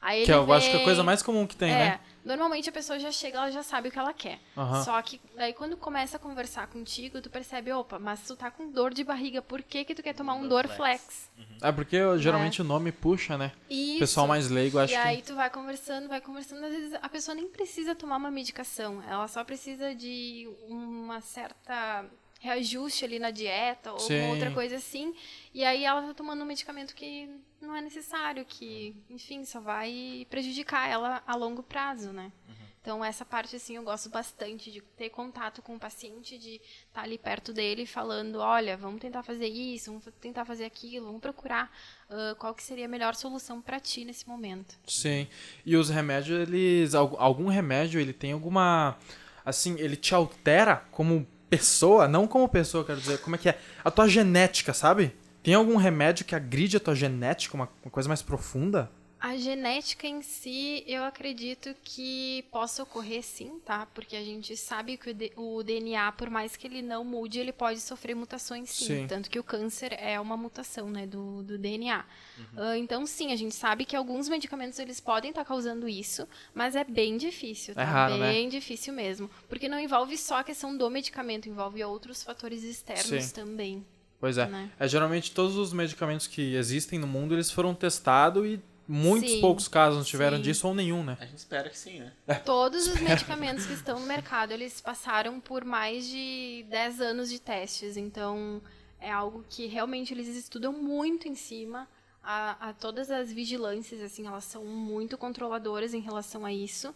Speaker 3: Aí
Speaker 2: Que
Speaker 3: ele
Speaker 2: eu acho que é a
Speaker 3: vem-
Speaker 2: coisa mais comum que tem,
Speaker 3: é,
Speaker 2: né?
Speaker 3: normalmente a pessoa já chega, ela já sabe o que ela quer.
Speaker 2: Aham.
Speaker 3: É. Só que daí quando começa a conversar contigo, tu percebe, opa, mas tu tá com dor de barriga, por que que tu quer tomar um
Speaker 1: Dorflex.
Speaker 3: Dorflex?
Speaker 2: É porque ó, geralmente o nome puxa, né? O
Speaker 3: né? Isso.
Speaker 2: pessoal mais leigo acha
Speaker 3: E aí
Speaker 2: que.
Speaker 3: tu vai conversando, vai conversando, às vezes a pessoa nem precisa tomar uma medicação, ela só precisa de uma certa reajuste ali na dieta ou
Speaker 2: Sim.
Speaker 3: uma outra coisa assim, e aí ela tá tomando um medicamento que não é necessário, que, enfim, só vai prejudicar ela a longo prazo, né?
Speaker 2: Uhum.
Speaker 3: Então essa parte assim eu gosto bastante de ter contato com o paciente, de estar ali perto dele falando, olha, vamos tentar fazer isso, vamos tentar fazer aquilo, vamos procurar ah, qual que seria a melhor solução pra ti nesse momento.
Speaker 2: Sim. E os remédios, eles. al- Algum remédio, ele tem alguma. Assim, ele te altera como pessoa, não como pessoa, quero dizer, como é que é? A tua genética, sabe? Tem algum remédio que agride a tua genética, uma, uma coisa mais profunda?
Speaker 3: A genética em si, eu acredito que possa ocorrer sim, tá? Porque a gente sabe que o D- o DNA, por mais que ele não mude, ele pode sofrer mutações sim.
Speaker 2: Sim.
Speaker 3: Tanto que o câncer é uma mutação, né, do, do DNA.
Speaker 2: Uhum.
Speaker 3: Ah, então, sim, a gente sabe que alguns medicamentos eles podem estar causando isso, mas é bem difícil, tá?
Speaker 2: raro, né?
Speaker 3: bem difícil mesmo. Porque não envolve só a questão do medicamento, envolve outros fatores externos
Speaker 2: Sim.
Speaker 3: também,
Speaker 2: Pois é.
Speaker 3: né?
Speaker 2: É, geralmente todos os medicamentos que existem no mundo, eles foram testados e muitos
Speaker 3: Sim.
Speaker 2: poucos casos tiveram
Speaker 3: Sim.
Speaker 2: disso ou nenhum, né?
Speaker 1: A gente espera que sim, né?
Speaker 3: Todos os medicamentos que estão no mercado, eles passaram por mais de 10 anos de testes, então é algo que realmente eles estudam muito em cima. A, a todas as vigilâncias, assim, elas são muito controladoras em relação a isso.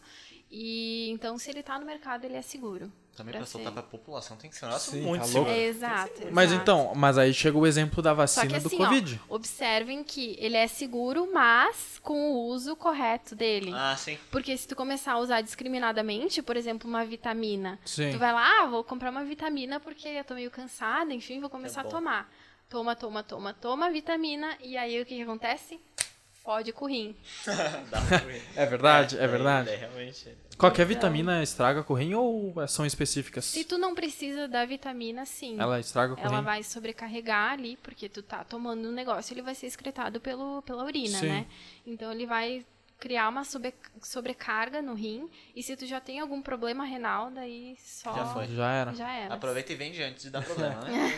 Speaker 3: E então, se ele tá no mercado, ele é seguro.
Speaker 1: Também
Speaker 3: Pra
Speaker 1: pra soltar
Speaker 3: ser.
Speaker 1: pra população tem que ser um negócio
Speaker 2: Sim,
Speaker 1: muito
Speaker 2: tá
Speaker 1: seguro.
Speaker 2: louco.
Speaker 3: É, exato, exato.
Speaker 2: Mas então, mas aí chega o exemplo da
Speaker 3: Só que
Speaker 2: vacina do
Speaker 3: assim,
Speaker 2: Covid.
Speaker 3: ó, observem que ele é seguro, mas com o uso correto dele.
Speaker 1: Ah, sim.
Speaker 3: Porque se tu começar a usar discriminadamente, por exemplo, uma vitamina,
Speaker 2: Sim.
Speaker 3: Tu vai lá, ah, vou comprar uma vitamina porque eu tô meio cansada, enfim, vou começar
Speaker 1: É
Speaker 3: a
Speaker 1: bom.
Speaker 3: tomar. Toma, toma, toma, toma a vitamina, e aí o que, que acontece? Fode com o rim.
Speaker 1: Dá pra ver.
Speaker 2: É verdade, é
Speaker 1: daí-
Speaker 2: verdade.
Speaker 1: daí realmente.
Speaker 2: Qualquer
Speaker 3: Então-
Speaker 2: vitamina estraga com o rim ou são específicas?
Speaker 3: Se tu não precisa da vitamina, sim.
Speaker 2: Ela estraga com o
Speaker 3: Ela
Speaker 2: rim.
Speaker 3: vai sobrecarregar ali, porque tu tá tomando um negócio, ele vai ser excretado pelo, pela urina,
Speaker 2: Sim.
Speaker 3: né? Então ele vai criar uma sobre- sobrecarga no rim, e se tu já tem algum problema renal, daí só...
Speaker 1: Já foi.
Speaker 2: Já era.
Speaker 3: Já era.
Speaker 1: Aproveita e vende antes
Speaker 3: É.
Speaker 1: de dar problema, né?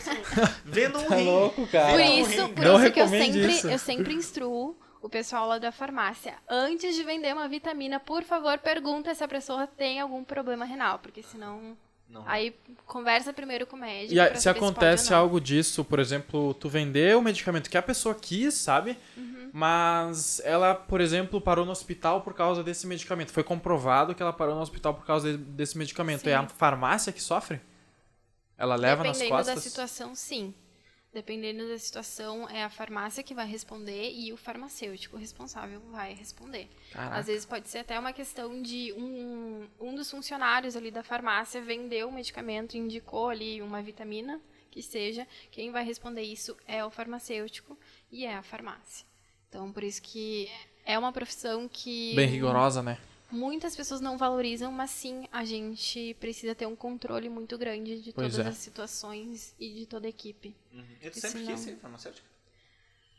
Speaker 1: Vendo
Speaker 2: Tá
Speaker 1: um rim.
Speaker 3: Por
Speaker 2: é
Speaker 1: Era um
Speaker 3: isso,
Speaker 1: rim.
Speaker 3: por
Speaker 2: Não
Speaker 3: isso que eu
Speaker 2: recomende
Speaker 3: sempre,
Speaker 2: isso.
Speaker 3: eu sempre instruo o pessoal lá da farmácia. Antes de vender uma vitamina, por favor, pergunta se a pessoa tem algum problema renal, porque senão.
Speaker 1: Não.
Speaker 3: Aí conversa primeiro com o médico.
Speaker 2: E aí,
Speaker 3: tipo, pra
Speaker 2: se
Speaker 3: saber pode
Speaker 2: acontece
Speaker 3: ou não.
Speaker 2: algo disso, por exemplo, tu vender o medicamento que a pessoa quis, sabe?
Speaker 3: Uhum.
Speaker 2: Mas ela, por exemplo, parou no hospital por causa desse medicamento. Foi comprovado que ela parou no hospital por causa de- desse medicamento.
Speaker 3: Sim.
Speaker 2: É a farmácia que sofre? Ela leva nas
Speaker 3: Dependendo da
Speaker 2: costas?
Speaker 3: situação, sim. Dependendo da situação, é a farmácia que vai responder e o farmacêutico responsável vai responder.
Speaker 2: Caraca.
Speaker 3: Às vezes pode ser até uma questão de um, um dos funcionários ali da farmácia vendeu o medicamento, indicou ali uma vitamina, que seja. Quem vai responder isso é o farmacêutico e é a farmácia. Então, por isso que é uma profissão que
Speaker 2: Bem rigorosa, né?
Speaker 3: muitas pessoas não valorizam, mas sim a gente precisa ter um controle muito grande de
Speaker 2: Pois
Speaker 3: todas
Speaker 2: é.
Speaker 3: as situações e de toda a equipe.
Speaker 1: Uhum. E tu
Speaker 3: Esse
Speaker 1: sempre
Speaker 3: não.
Speaker 1: quis ser farmacêutica?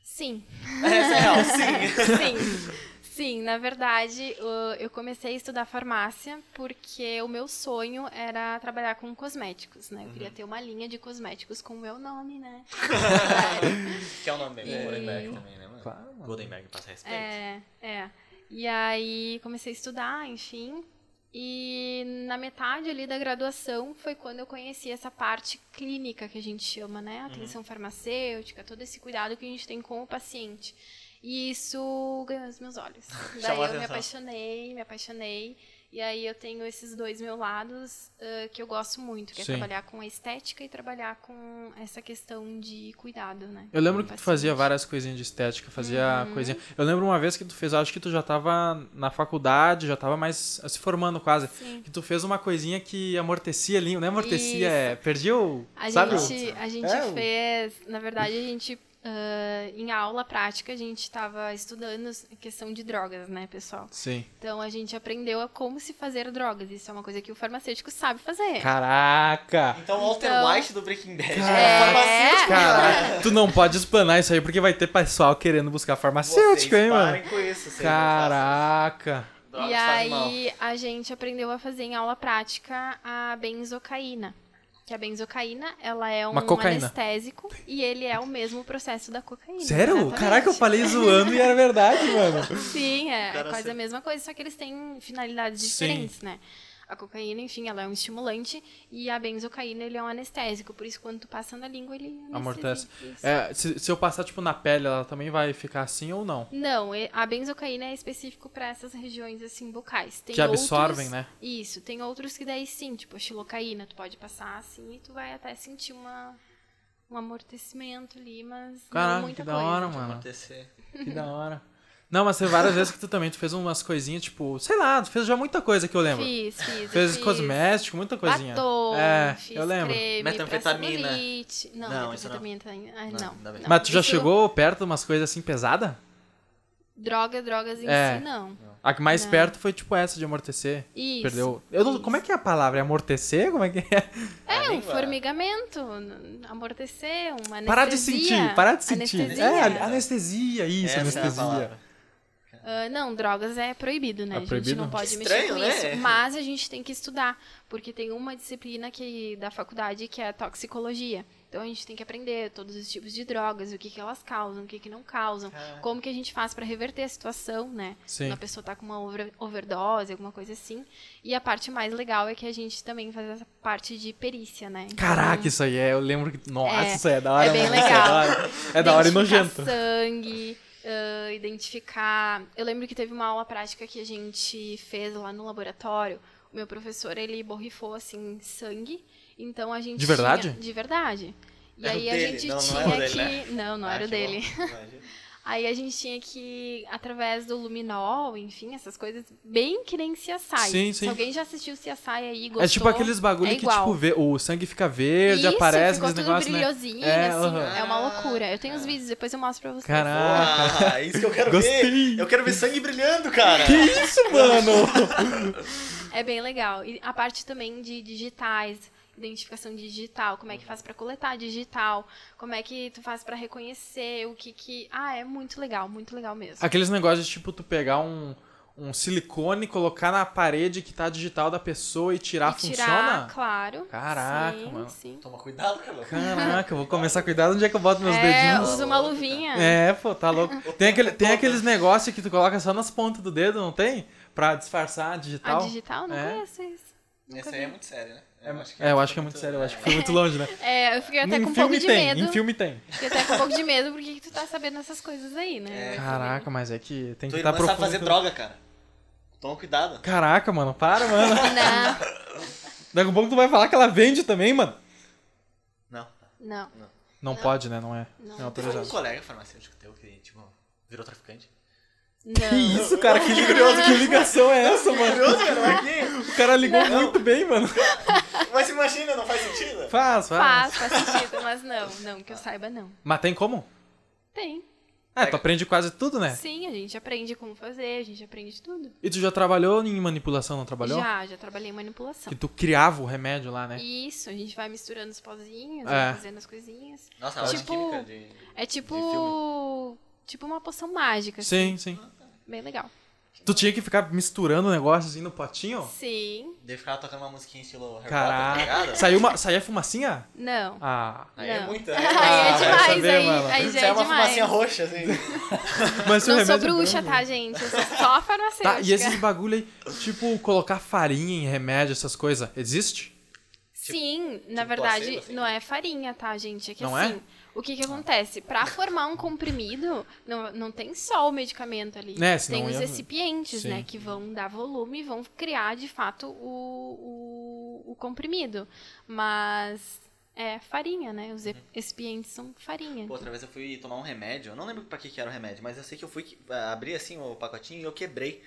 Speaker 3: Sim.
Speaker 1: Essa é real, sim.
Speaker 3: Sim. Sim, na verdade, o- eu comecei a estudar farmácia porque o meu sonho era trabalhar com cosméticos, né? Eu queria ter uma linha de cosméticos com o meu nome, né?
Speaker 1: Que é o nome dele,
Speaker 3: E-
Speaker 1: Goldenberg também, né, mano?
Speaker 2: Claro, mano.
Speaker 1: Goldenberg passa respeito.
Speaker 3: É, é. E aí comecei a estudar, enfim. E na metade ali da graduação foi quando eu conheci essa parte clínica que a gente chama, né?
Speaker 2: Uhum.
Speaker 3: A Atenção farmacêutica, todo esse cuidado que a gente tem com o paciente. E isso ganhou os meus olhos. Daí
Speaker 1: Chamou a
Speaker 3: eu me
Speaker 1: atenção.
Speaker 3: apaixonei, me apaixonei. E aí eu tenho esses dois meus lados ah, que eu gosto muito, que é
Speaker 2: Sim.
Speaker 3: trabalhar com a estética e trabalhar com essa questão de cuidado, né?
Speaker 2: Eu lembro
Speaker 3: com o
Speaker 2: que tu fazia
Speaker 3: paciente.
Speaker 2: várias coisinhas de estética, fazia
Speaker 3: Uhum.
Speaker 2: coisinha. Eu lembro uma vez que tu fez, acho que tu já tava na faculdade, já tava mais se formando quase.
Speaker 3: Sim.
Speaker 2: Que tu fez uma coisinha que amortecia ali, não é amortecia,
Speaker 3: Isso.
Speaker 2: é. Perdia o.
Speaker 3: A
Speaker 2: sabe? o-
Speaker 3: gente, a gente
Speaker 2: É, o-
Speaker 3: fez, na verdade, a gente, ah, em aula prática, a gente estava estudando a questão de drogas, né, pessoal?
Speaker 2: Sim.
Speaker 3: Então a gente aprendeu a como se fazer drogas. Isso é uma coisa que o farmacêutico sabe fazer.
Speaker 2: Caraca!
Speaker 1: Então, Walter
Speaker 3: Então-
Speaker 1: White do Breaking Bad.
Speaker 3: É.
Speaker 1: Farmacêutico, cara.
Speaker 2: Caraca, tu não pode explanar isso aí porque vai ter pessoal querendo buscar farmacêutico,
Speaker 1: Vocês
Speaker 2: hein, mano?
Speaker 1: parem com isso. vocês não
Speaker 2: Caraca!
Speaker 1: façam. Drogas
Speaker 3: E
Speaker 1: fazem mal.
Speaker 3: aí a gente aprendeu a fazer em aula prática a benzocaína. Que a benzocaína, ela é um
Speaker 2: Uma cocaína.
Speaker 3: anestésico e ele é o mesmo processo da cocaína.
Speaker 2: Sério?
Speaker 3: exatamente.
Speaker 2: Caraca, eu falei zoando e era verdade, mano.
Speaker 3: Sim, é,
Speaker 1: Cara,
Speaker 3: é quase
Speaker 1: você-
Speaker 3: a mesma coisa, só que eles têm finalidades
Speaker 2: Sim.
Speaker 3: diferentes, né? A cocaína, enfim, ela é um estimulante e a benzocaína ele é um anestésico, por isso quando tu passa na língua ele anestesia.
Speaker 2: Amortece.
Speaker 3: Isso.
Speaker 2: É, se, se eu passar, tipo, na pele, ela também vai ficar assim ou não?
Speaker 3: Não, e- a benzocaína é específico para essas regiões assim bucais. Tem
Speaker 2: Que absorvem,
Speaker 3: outros-
Speaker 2: né?
Speaker 3: Isso, tem outros que daí sim, tipo a xilocaína, tu pode passar assim e tu vai até sentir uma um amortecimento ali, mas
Speaker 2: Caraca,
Speaker 3: não muita
Speaker 2: que da
Speaker 3: coisa.
Speaker 2: hora, mano.
Speaker 1: Acontecer.
Speaker 2: Que da hora. Não, mas teve várias vezes que tu também tu fez umas coisinhas, tipo, sei lá, tu fez já muita coisa que eu lembro.
Speaker 3: Fiz, fiz, eu
Speaker 2: fez
Speaker 3: fiz.
Speaker 2: cosmético, muita coisinha.
Speaker 3: Batom,
Speaker 2: é,
Speaker 3: fiz
Speaker 2: eu lembro.
Speaker 3: creme,
Speaker 1: Metanfetamina.
Speaker 3: pra celulite. Não,
Speaker 1: Não, isso não.
Speaker 3: metanfetamina tá em- ah,
Speaker 1: Não,
Speaker 3: não.
Speaker 1: ainda bem.
Speaker 3: não.
Speaker 2: Mas tu já
Speaker 3: Isso-
Speaker 2: chegou perto de umas coisas assim pesadas?
Speaker 3: Droga, drogas em
Speaker 2: É.
Speaker 3: si, não.
Speaker 2: A que mais
Speaker 3: Não.
Speaker 2: perto foi tipo essa de amortecer.
Speaker 3: Isso.
Speaker 2: Perdeu. Eu não,
Speaker 3: isso.
Speaker 2: como é que é a palavra? É amortecer? Como é que é?
Speaker 1: A
Speaker 3: É, um
Speaker 1: língua-
Speaker 3: formigamento, n- amortecer, uma anestesia.
Speaker 2: Parar de sentir, parar de sentir.
Speaker 3: Anestesia.
Speaker 2: É, a- anestesia, isso,
Speaker 1: Essa é a
Speaker 2: anestesia.
Speaker 1: palavra.
Speaker 3: Ah, não, drogas é proibido, né?
Speaker 2: É
Speaker 3: a gente
Speaker 2: proibido?
Speaker 3: não pode
Speaker 1: Que
Speaker 3: mexer
Speaker 1: estranho,
Speaker 3: com
Speaker 1: né?
Speaker 3: isso. Mas a gente tem que estudar, porque tem uma disciplina que, da faculdade que é toxicologia. Então a gente tem que aprender todos os tipos de drogas, o que, que elas causam, o que, que não causam,
Speaker 1: Caraca.
Speaker 3: como que a gente faz pra reverter a situação, né?
Speaker 2: Sim.
Speaker 3: Quando a pessoa tá com uma over- overdose, alguma coisa assim. E a parte mais legal é que a gente também faz essa parte de perícia, né?
Speaker 2: Caraca,
Speaker 3: Então,
Speaker 2: isso aí é. Eu lembro que. Nossa,
Speaker 3: É,
Speaker 2: isso aí é da hora.
Speaker 3: é bem
Speaker 2: mano, isso é da
Speaker 3: legal.
Speaker 2: hora. É da hora e
Speaker 3: identificar
Speaker 2: nojento.
Speaker 3: sangue, ah, identificar... Eu lembro que teve uma aula prática que a gente fez lá no laboratório. O meu professor, ele borrifou, assim, sangue. Então a gente
Speaker 2: De verdade?
Speaker 3: tinha- De verdade. E
Speaker 1: Era o
Speaker 3: aí a
Speaker 1: dele?
Speaker 3: gente
Speaker 1: Não, não
Speaker 3: tinha
Speaker 1: era o
Speaker 3: que...
Speaker 1: dele, né?
Speaker 3: Não, não era
Speaker 1: Ah,
Speaker 3: o
Speaker 1: que
Speaker 3: dele.
Speaker 1: bom. Imagina.
Speaker 3: Aí a gente tinha que, através do luminol, enfim, essas coisas, bem que nem CSI.
Speaker 2: Sim, sim.
Speaker 3: Se alguém já assistiu CSI aí e gostou...
Speaker 2: É tipo aqueles bagulho
Speaker 3: é
Speaker 2: que,
Speaker 3: igual.
Speaker 2: tipo, vê- o sangue fica verde,
Speaker 3: Isso,
Speaker 2: aparece
Speaker 3: ficou
Speaker 2: aqueles
Speaker 3: tudo
Speaker 2: negócios, né?
Speaker 3: brilhosinho,
Speaker 2: É,
Speaker 3: assim,
Speaker 2: aham.
Speaker 3: é uma loucura. Eu tenho os vídeos, depois eu mostro pra vocês.
Speaker 2: Caraca.
Speaker 1: Ah, isso que eu quero
Speaker 2: Gostei.
Speaker 1: ver. Eu quero ver sangue brilhando, cara.
Speaker 2: Que isso, mano?
Speaker 3: É bem legal. E a parte também de digitais, identificação de digital, como é que faz pra coletar digital, como é que tu faz pra reconhecer o que que... Ah, é muito legal, muito legal mesmo.
Speaker 2: Aqueles negócios de, tipo, tu pegar um, um silicone, colocar na parede que tá digital da pessoa e tirar,
Speaker 3: e tirar,
Speaker 2: funciona?
Speaker 3: claro.
Speaker 2: Caraca,
Speaker 3: sim,
Speaker 2: mano.
Speaker 3: Sim.
Speaker 1: Toma cuidado, cara.
Speaker 2: Caraca, eu vou começar a cuidar de onde é que eu boto meus
Speaker 3: É,
Speaker 2: dedinhos.
Speaker 3: usa uma luvinha.
Speaker 2: É, pô, tá louco. Tem, aquele, tem aqueles negócios que tu coloca só nas pontas do dedo, não tem? Pra disfarçar a
Speaker 3: A
Speaker 2: digital.
Speaker 3: digital? Não
Speaker 2: É.
Speaker 3: conheço isso. Nunca
Speaker 1: Essa
Speaker 3: vi.
Speaker 1: aí é muito séria, né? Eu acho
Speaker 2: É, eu acho que é muito sério, eu acho que foi muito longe, né?
Speaker 3: É, eu fiquei até
Speaker 2: em
Speaker 3: com um pouco
Speaker 2: filme
Speaker 3: de
Speaker 2: tem,
Speaker 3: medo.
Speaker 2: em filme tem.
Speaker 3: Fiquei até com um pouco de medo porque que tu tá sabendo essas coisas aí, né?
Speaker 1: É.
Speaker 2: Caraca, mas é que tem
Speaker 1: Tua
Speaker 2: que estar
Speaker 1: irmã
Speaker 2: tá
Speaker 1: sabe
Speaker 2: profundo.
Speaker 1: fazer droga, cara. Toma cuidado.
Speaker 2: Caraca, mano, para, mano.
Speaker 3: Não,
Speaker 2: Daqui a pouco tu vai falar que ela vende também, mano.
Speaker 1: Não.
Speaker 2: tá
Speaker 3: não.
Speaker 2: Não, pode, né? Não é.
Speaker 3: Não. tá
Speaker 2: Não, é
Speaker 1: Teve um
Speaker 2: autorizado.
Speaker 1: colega farmacêutico teu que, tipo, virou traficante.
Speaker 2: Que
Speaker 3: Não.
Speaker 2: isso, cara? Que, ligação, que ligação é essa, mano?
Speaker 1: Mas
Speaker 2: O cara ligou muito bem, mano.
Speaker 1: Mas imagina, não faz sentido?
Speaker 2: Faz, faz.
Speaker 3: Faz, faz sentido, mas não. Não, que eu saiba, não.
Speaker 2: Mas tem como?
Speaker 3: Tem.
Speaker 2: É, tu aprende quase tudo, né?
Speaker 3: Sim, a gente aprende como fazer, a gente aprende tudo.
Speaker 2: E tu já trabalhou em manipulação, não trabalhou?
Speaker 3: Já, já trabalhei em manipulação.
Speaker 2: Que tu criava o remédio lá, né?
Speaker 3: Isso, a gente vai misturando os pozinhos,
Speaker 2: É.
Speaker 3: vai fazendo as coisinhas.
Speaker 1: Nossa, aula
Speaker 3: Tipo-
Speaker 1: de química de...
Speaker 3: É tipo. Tipo uma poção mágica. assim,
Speaker 2: Sim, sim.
Speaker 3: Bem legal.
Speaker 2: Tu tinha que ficar misturando o negócio assim no potinho?
Speaker 3: Sim.
Speaker 1: Deve ficar tocando uma musiquinha estilo Harry Potter, tá
Speaker 2: Caraca.
Speaker 1: ligado?
Speaker 2: Saiu uma, saiu a fumacinha?
Speaker 3: Não.
Speaker 2: Ah.
Speaker 1: Aí é
Speaker 3: Não.
Speaker 1: muita.
Speaker 3: Aí
Speaker 2: Ah,
Speaker 3: é
Speaker 2: vai
Speaker 3: demais,
Speaker 2: saber,
Speaker 3: aí,
Speaker 2: mano.
Speaker 3: aí já
Speaker 1: Sai
Speaker 3: é
Speaker 1: uma
Speaker 3: demais.
Speaker 1: fumacinha roxa, assim.
Speaker 2: Mas se o
Speaker 3: Não
Speaker 2: remédio
Speaker 3: sou
Speaker 2: é
Speaker 3: bruxa,
Speaker 2: branco-
Speaker 3: tá, gente? Eu é. sou só farmacêutica.
Speaker 2: Tá, e esses bagulho aí, tipo, colocar farinha em remédio, essas coisas, existe?
Speaker 3: Sim, na
Speaker 1: tipo
Speaker 3: verdade,
Speaker 1: placebo, assim?
Speaker 3: não é farinha, tá, gente? É que
Speaker 2: Não
Speaker 3: assim,
Speaker 2: é?
Speaker 3: o que que acontece? Pra formar um comprimido, não, não tem só o medicamento ali.
Speaker 2: Né, senão
Speaker 3: tem os
Speaker 2: ia-
Speaker 3: recipientes,
Speaker 2: Sim.
Speaker 3: né? Que vão dar volume e vão criar, de fato, o, o, o comprimido. Mas é farinha, né?
Speaker 2: Uhum.
Speaker 3: Os e- recipientes são farinha.
Speaker 1: Pô, outra vez eu fui tomar um remédio, eu não lembro pra que que era o remédio, mas eu sei que eu fui que- abri assim o pacotinho e eu quebrei.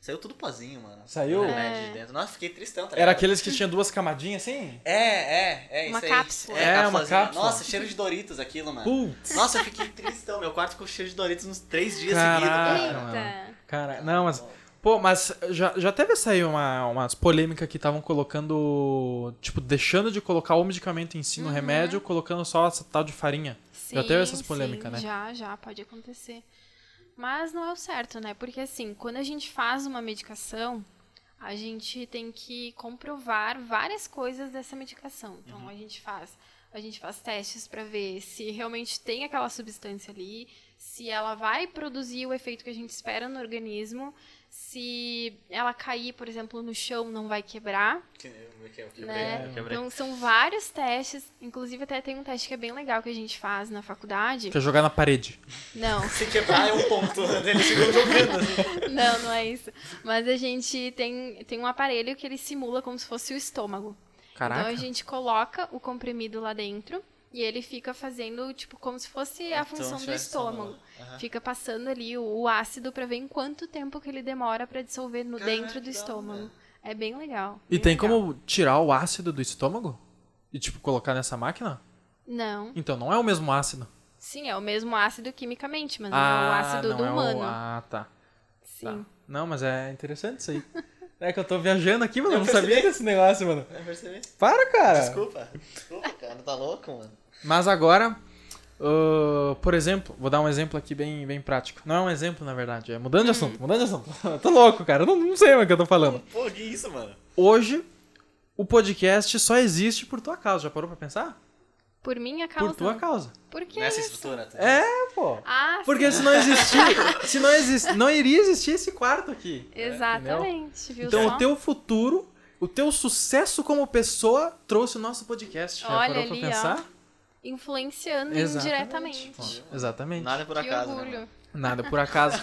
Speaker 1: Saiu tudo pozinho, mano.
Speaker 2: Saiu?
Speaker 1: O remédio de dentro. Nossa, fiquei tristão, tá
Speaker 2: Era
Speaker 1: ligado?
Speaker 2: aqueles que tinha duas camadinhas assim?
Speaker 1: É, é, é
Speaker 3: Uma
Speaker 1: isso aí.
Speaker 3: cápsula.
Speaker 2: É, uma
Speaker 1: cápsulazinha.
Speaker 2: cápsula.
Speaker 1: Nossa, cheiro de Doritos aquilo, mano.
Speaker 2: Putz,
Speaker 1: Nossa, eu fiquei tristão. Meu quarto ficou cheiro de Doritos uns três dias
Speaker 2: Caraca.
Speaker 1: seguidos, cara.
Speaker 2: é
Speaker 3: Eita!
Speaker 2: cara, não, mas... Pô, mas já, já teve essa aí uma, umas polêmicas que estavam colocando, tipo, deixando de colocar o medicamento em si
Speaker 3: Uhum.
Speaker 2: no remédio, colocando só essa tal de farinha.
Speaker 3: Sim,
Speaker 2: Já teve essas
Speaker 3: sim,
Speaker 2: polêmicas, né?
Speaker 3: Já, já, pode acontecer. Mas não é o certo, né? Porque assim, quando a gente faz uma medicação, a gente tem que comprovar várias coisas dessa medicação. Então
Speaker 2: Uhum.
Speaker 3: a gente faz, a gente faz testes para ver se realmente tem aquela substância ali, se ela vai produzir o efeito que a gente espera no organismo, se ela cair, por exemplo, no chão não vai quebrar.
Speaker 1: Que- eu que- eu quebrei,
Speaker 3: Né?
Speaker 1: eu quebrei.
Speaker 3: Então são vários testes, inclusive até tem um teste que é bem legal que a gente faz na faculdade.
Speaker 2: Quer é jogar na parede.
Speaker 3: Não,
Speaker 1: Se quebrar é um ponto. Ele ficou jogando. assim.
Speaker 3: não, não é isso. Mas a gente tem, tem um aparelho que ele simula como se fosse o estômago.
Speaker 2: Caraca.
Speaker 3: Então a gente coloca o comprimido lá dentro e ele fica fazendo, tipo, como se fosse a
Speaker 1: Então,
Speaker 3: função do
Speaker 1: tivesse
Speaker 3: estômago.
Speaker 1: Aham.
Speaker 3: Fica passando ali o, o ácido pra ver em quanto tempo que ele demora pra dissolver no
Speaker 1: Caraca,
Speaker 3: dentro do
Speaker 1: da
Speaker 3: estômago.
Speaker 1: hora.
Speaker 3: É bem legal.
Speaker 2: E
Speaker 3: bem
Speaker 2: tem
Speaker 3: legal.
Speaker 2: como tirar o ácido do estômago? E, tipo, colocar nessa máquina?
Speaker 3: Não.
Speaker 2: Então, não é o mesmo ácido.
Speaker 3: Sim, é o mesmo ácido quimicamente, mas não é o
Speaker 2: ah,
Speaker 3: ácido
Speaker 2: não
Speaker 3: do
Speaker 2: é o-
Speaker 3: humano.
Speaker 2: Ah, tá.
Speaker 3: Sim.
Speaker 2: Tá. Não, mas é interessante isso aí. É que eu tô viajando aqui, mano. Eu
Speaker 1: Eu
Speaker 2: não sabia desse negócio, mano.
Speaker 1: Eu É, percebi.
Speaker 2: Para, cara.
Speaker 1: Desculpa. Desculpa, cara. Tá louco, mano?
Speaker 2: Mas agora, ah, por exemplo, vou dar um exemplo aqui bem, bem prático. Não é um exemplo, na verdade. É
Speaker 3: Hum.
Speaker 2: mudando de assunto, mudando de assunto. Eu tô louco, cara. Eu não, não sei mais o que eu tô falando.
Speaker 1: Pô, que isso, mano?
Speaker 2: Hoje, o podcast só existe por tua causa. Já parou pra pensar?
Speaker 3: Por minha causa.
Speaker 2: Por tua causa.
Speaker 3: Por que
Speaker 1: Nessa
Speaker 3: isso?
Speaker 1: estrutura. tá?
Speaker 2: É, pô.
Speaker 3: Ah, sim.
Speaker 2: Porque se não existir, se não exist, não iria existir esse quarto aqui.
Speaker 3: Exatamente, viu
Speaker 2: É, Então
Speaker 3: só?
Speaker 2: o teu futuro, o teu sucesso como pessoa trouxe o nosso podcast. Já
Speaker 3: Olha
Speaker 2: parou pra
Speaker 3: ali,
Speaker 2: pensar?
Speaker 3: Influenciando
Speaker 2: Exatamente.
Speaker 3: indiretamente.
Speaker 2: Pô, Exatamente. Nada.
Speaker 1: Nada por
Speaker 3: que
Speaker 1: acaso. né,
Speaker 3: orgulho.
Speaker 1: mano?
Speaker 2: por acaso.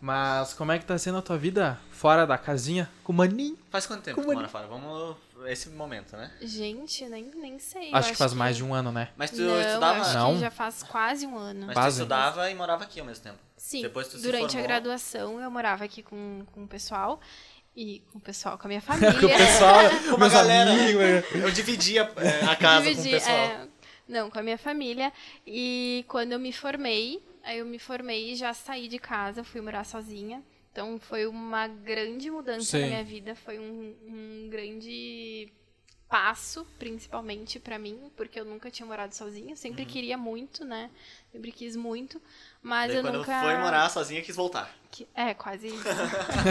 Speaker 2: Mas como é que tá sendo a tua vida fora da casinha com o maninho?
Speaker 1: Faz quanto tempo que
Speaker 2: Como
Speaker 1: tu mora fora? Vamos. Esse momento, né?
Speaker 3: Gente, nem, nem sei. eu
Speaker 2: Acho, que faz mais de um ano, né?
Speaker 1: Mas tu
Speaker 3: Não, eu
Speaker 1: estudava.
Speaker 3: acho
Speaker 2: Não?
Speaker 3: que já faz quase um ano.
Speaker 1: Mas
Speaker 2: Base.
Speaker 1: tu estudava e morava aqui ao mesmo tempo.
Speaker 3: Sim,
Speaker 1: depois tu se
Speaker 3: durante a
Speaker 1: formou.
Speaker 3: graduação eu morava aqui com, com o pessoal. E com o pessoal, com a minha
Speaker 2: É que o
Speaker 3: família.
Speaker 2: pessoal,
Speaker 1: Com uma
Speaker 2: meus
Speaker 1: galera.
Speaker 2: amigos. é.
Speaker 1: Eu dividia é, a casa com o
Speaker 3: Dividi-
Speaker 1: pessoal.
Speaker 3: é, não, com a minha família. E quando eu me formei, aí eu me formei e já saí de casa, fui morar sozinha. Então foi uma grande mudança
Speaker 2: Sim.
Speaker 3: na minha vida, foi um, um grande passo, principalmente pra mim, porque eu nunca tinha morado sozinha, eu
Speaker 1: Uhum.
Speaker 3: sempre queria muito, né? Sempre quis muito, mas
Speaker 1: Daí
Speaker 3: eu
Speaker 1: quando
Speaker 3: nunca
Speaker 1: eu fui morar sozinha, eu quis voltar.
Speaker 3: que- É, quase isso.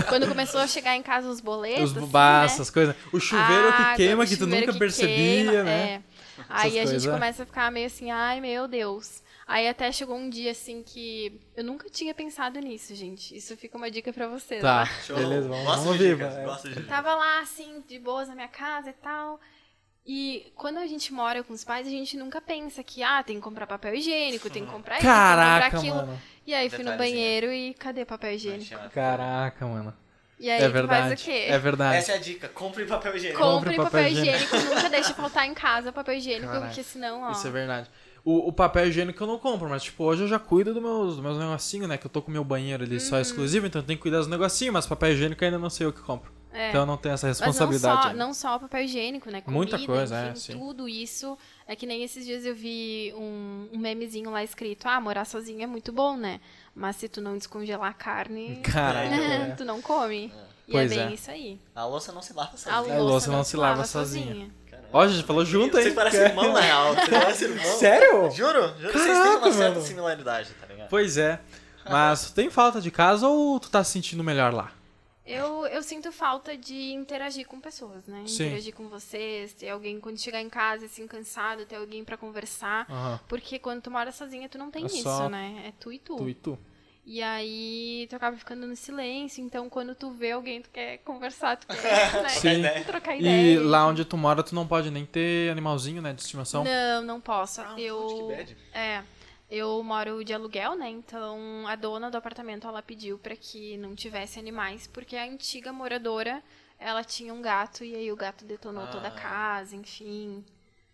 Speaker 3: quando começou a chegar em casa os boletos,
Speaker 2: Os
Speaker 3: assim, né?
Speaker 2: bobás, essas coisas. O chuveiro
Speaker 3: Água,
Speaker 2: que queima, que tu
Speaker 3: Ah, chuveiro
Speaker 2: nunca
Speaker 3: que
Speaker 2: percebia,
Speaker 3: queima,
Speaker 2: né?
Speaker 3: é. Aí a
Speaker 2: coisas.
Speaker 3: gente começa a ficar meio assim, ai meu Deus. Aí até chegou um dia assim que eu nunca tinha pensado nisso, gente. Isso fica uma dica pra vocês.
Speaker 2: Tá,
Speaker 1: Show.
Speaker 2: beleza, vamos, é.
Speaker 1: Gosto
Speaker 2: vamos
Speaker 1: de
Speaker 2: ver.
Speaker 1: dicas,
Speaker 2: vai.
Speaker 1: gosto de dicas.
Speaker 3: Tava lá assim, de boas na minha casa e tal. E quando a gente mora com os pais, a gente nunca pensa que, ah, tem que comprar papel higiênico,
Speaker 2: Uhum.
Speaker 3: tem que comprar isso, tem que comprar
Speaker 2: Caraca,
Speaker 3: aquilo.
Speaker 2: mano.
Speaker 3: E aí fui no
Speaker 1: Detalhezinho.
Speaker 3: banheiro e cadê papel higiênico?
Speaker 2: Caraca, mano.
Speaker 3: E aí
Speaker 2: é
Speaker 3: tu
Speaker 2: verdade.
Speaker 3: faz o quê?
Speaker 2: É verdade.
Speaker 1: Essa é a dica, compre papel higiênico.
Speaker 2: Compre
Speaker 3: Compre papel,
Speaker 2: papel
Speaker 3: higiênico, nunca deixe faltar em casa papel higiênico,
Speaker 2: Caraca.
Speaker 3: porque senão, ó.
Speaker 2: Isso é verdade. O, o papel higiênico eu não compro, mas tipo, hoje eu já cuido dos meus, dos meus negocinhos, né? Que eu tô com o meu banheiro ali
Speaker 3: Uhum.
Speaker 2: só exclusivo, então eu tenho que cuidar dos negocinhos, mas papel higiênico eu ainda não sei eu que compro.
Speaker 3: É.
Speaker 2: Então eu não tenho essa
Speaker 3: Mas não
Speaker 2: responsabilidade.
Speaker 3: só,
Speaker 2: ainda.
Speaker 3: não só papel higiênico, né? Comida,
Speaker 2: Muita coisa, é,
Speaker 3: enfim,
Speaker 2: sim.
Speaker 3: tudo isso. É que nem esses dias eu vi um, um memezinho lá escrito, ah, morar sozinho é muito bom, né? Mas se tu não descongelar a carne,
Speaker 2: Caraca,
Speaker 3: Hum.
Speaker 2: é.
Speaker 3: tu não come. E
Speaker 2: Pois
Speaker 3: é bem
Speaker 2: é.
Speaker 3: isso aí.
Speaker 1: A louça não se lava
Speaker 3: A
Speaker 1: sozinha.
Speaker 3: louça,
Speaker 2: louça
Speaker 3: não, se lava,
Speaker 2: sozinha.
Speaker 3: sozinha.
Speaker 1: Caramba.
Speaker 2: Ó, a gente falou junto, hein?
Speaker 1: Vocês parecem irmão, na real. Vocês parecem irmão.
Speaker 2: Sério?
Speaker 1: Juro, juro. vocês têm
Speaker 2: Caraca,
Speaker 1: uma certa
Speaker 2: mano.
Speaker 1: similaridade, tá ligado?
Speaker 2: Pois é. Mas tu tem falta de casa ou tu tá se sentindo melhor lá?
Speaker 3: Eu, eu sinto falta de interagir com pessoas, né?
Speaker 2: Sim.
Speaker 3: Interagir com vocês, ter alguém quando chegar em casa, assim, cansado, ter alguém pra conversar.
Speaker 2: Aham.
Speaker 3: Porque quando tu mora sozinha, tu não tem
Speaker 2: É
Speaker 3: isso,
Speaker 2: só
Speaker 3: né? É tu e tu.
Speaker 2: Tu e tu?
Speaker 3: E aí tu acaba ficando no silêncio, então quando tu vê alguém, tu quer conversar, tu quer né?
Speaker 2: Sim.
Speaker 3: trocar
Speaker 2: E
Speaker 3: ideia. é
Speaker 2: lá onde tu mora, tu não pode nem ter animalzinho, né? De estimação.
Speaker 3: Não, não posso.
Speaker 1: Ah,
Speaker 3: eu.
Speaker 1: putz, que bad.
Speaker 3: É. Eu moro de aluguel, né? Então a dona do apartamento ela pediu pra que não tivesse animais, porque a antiga moradora ela tinha um gato e aí o gato detonou toda a
Speaker 1: Ah.
Speaker 3: casa, enfim.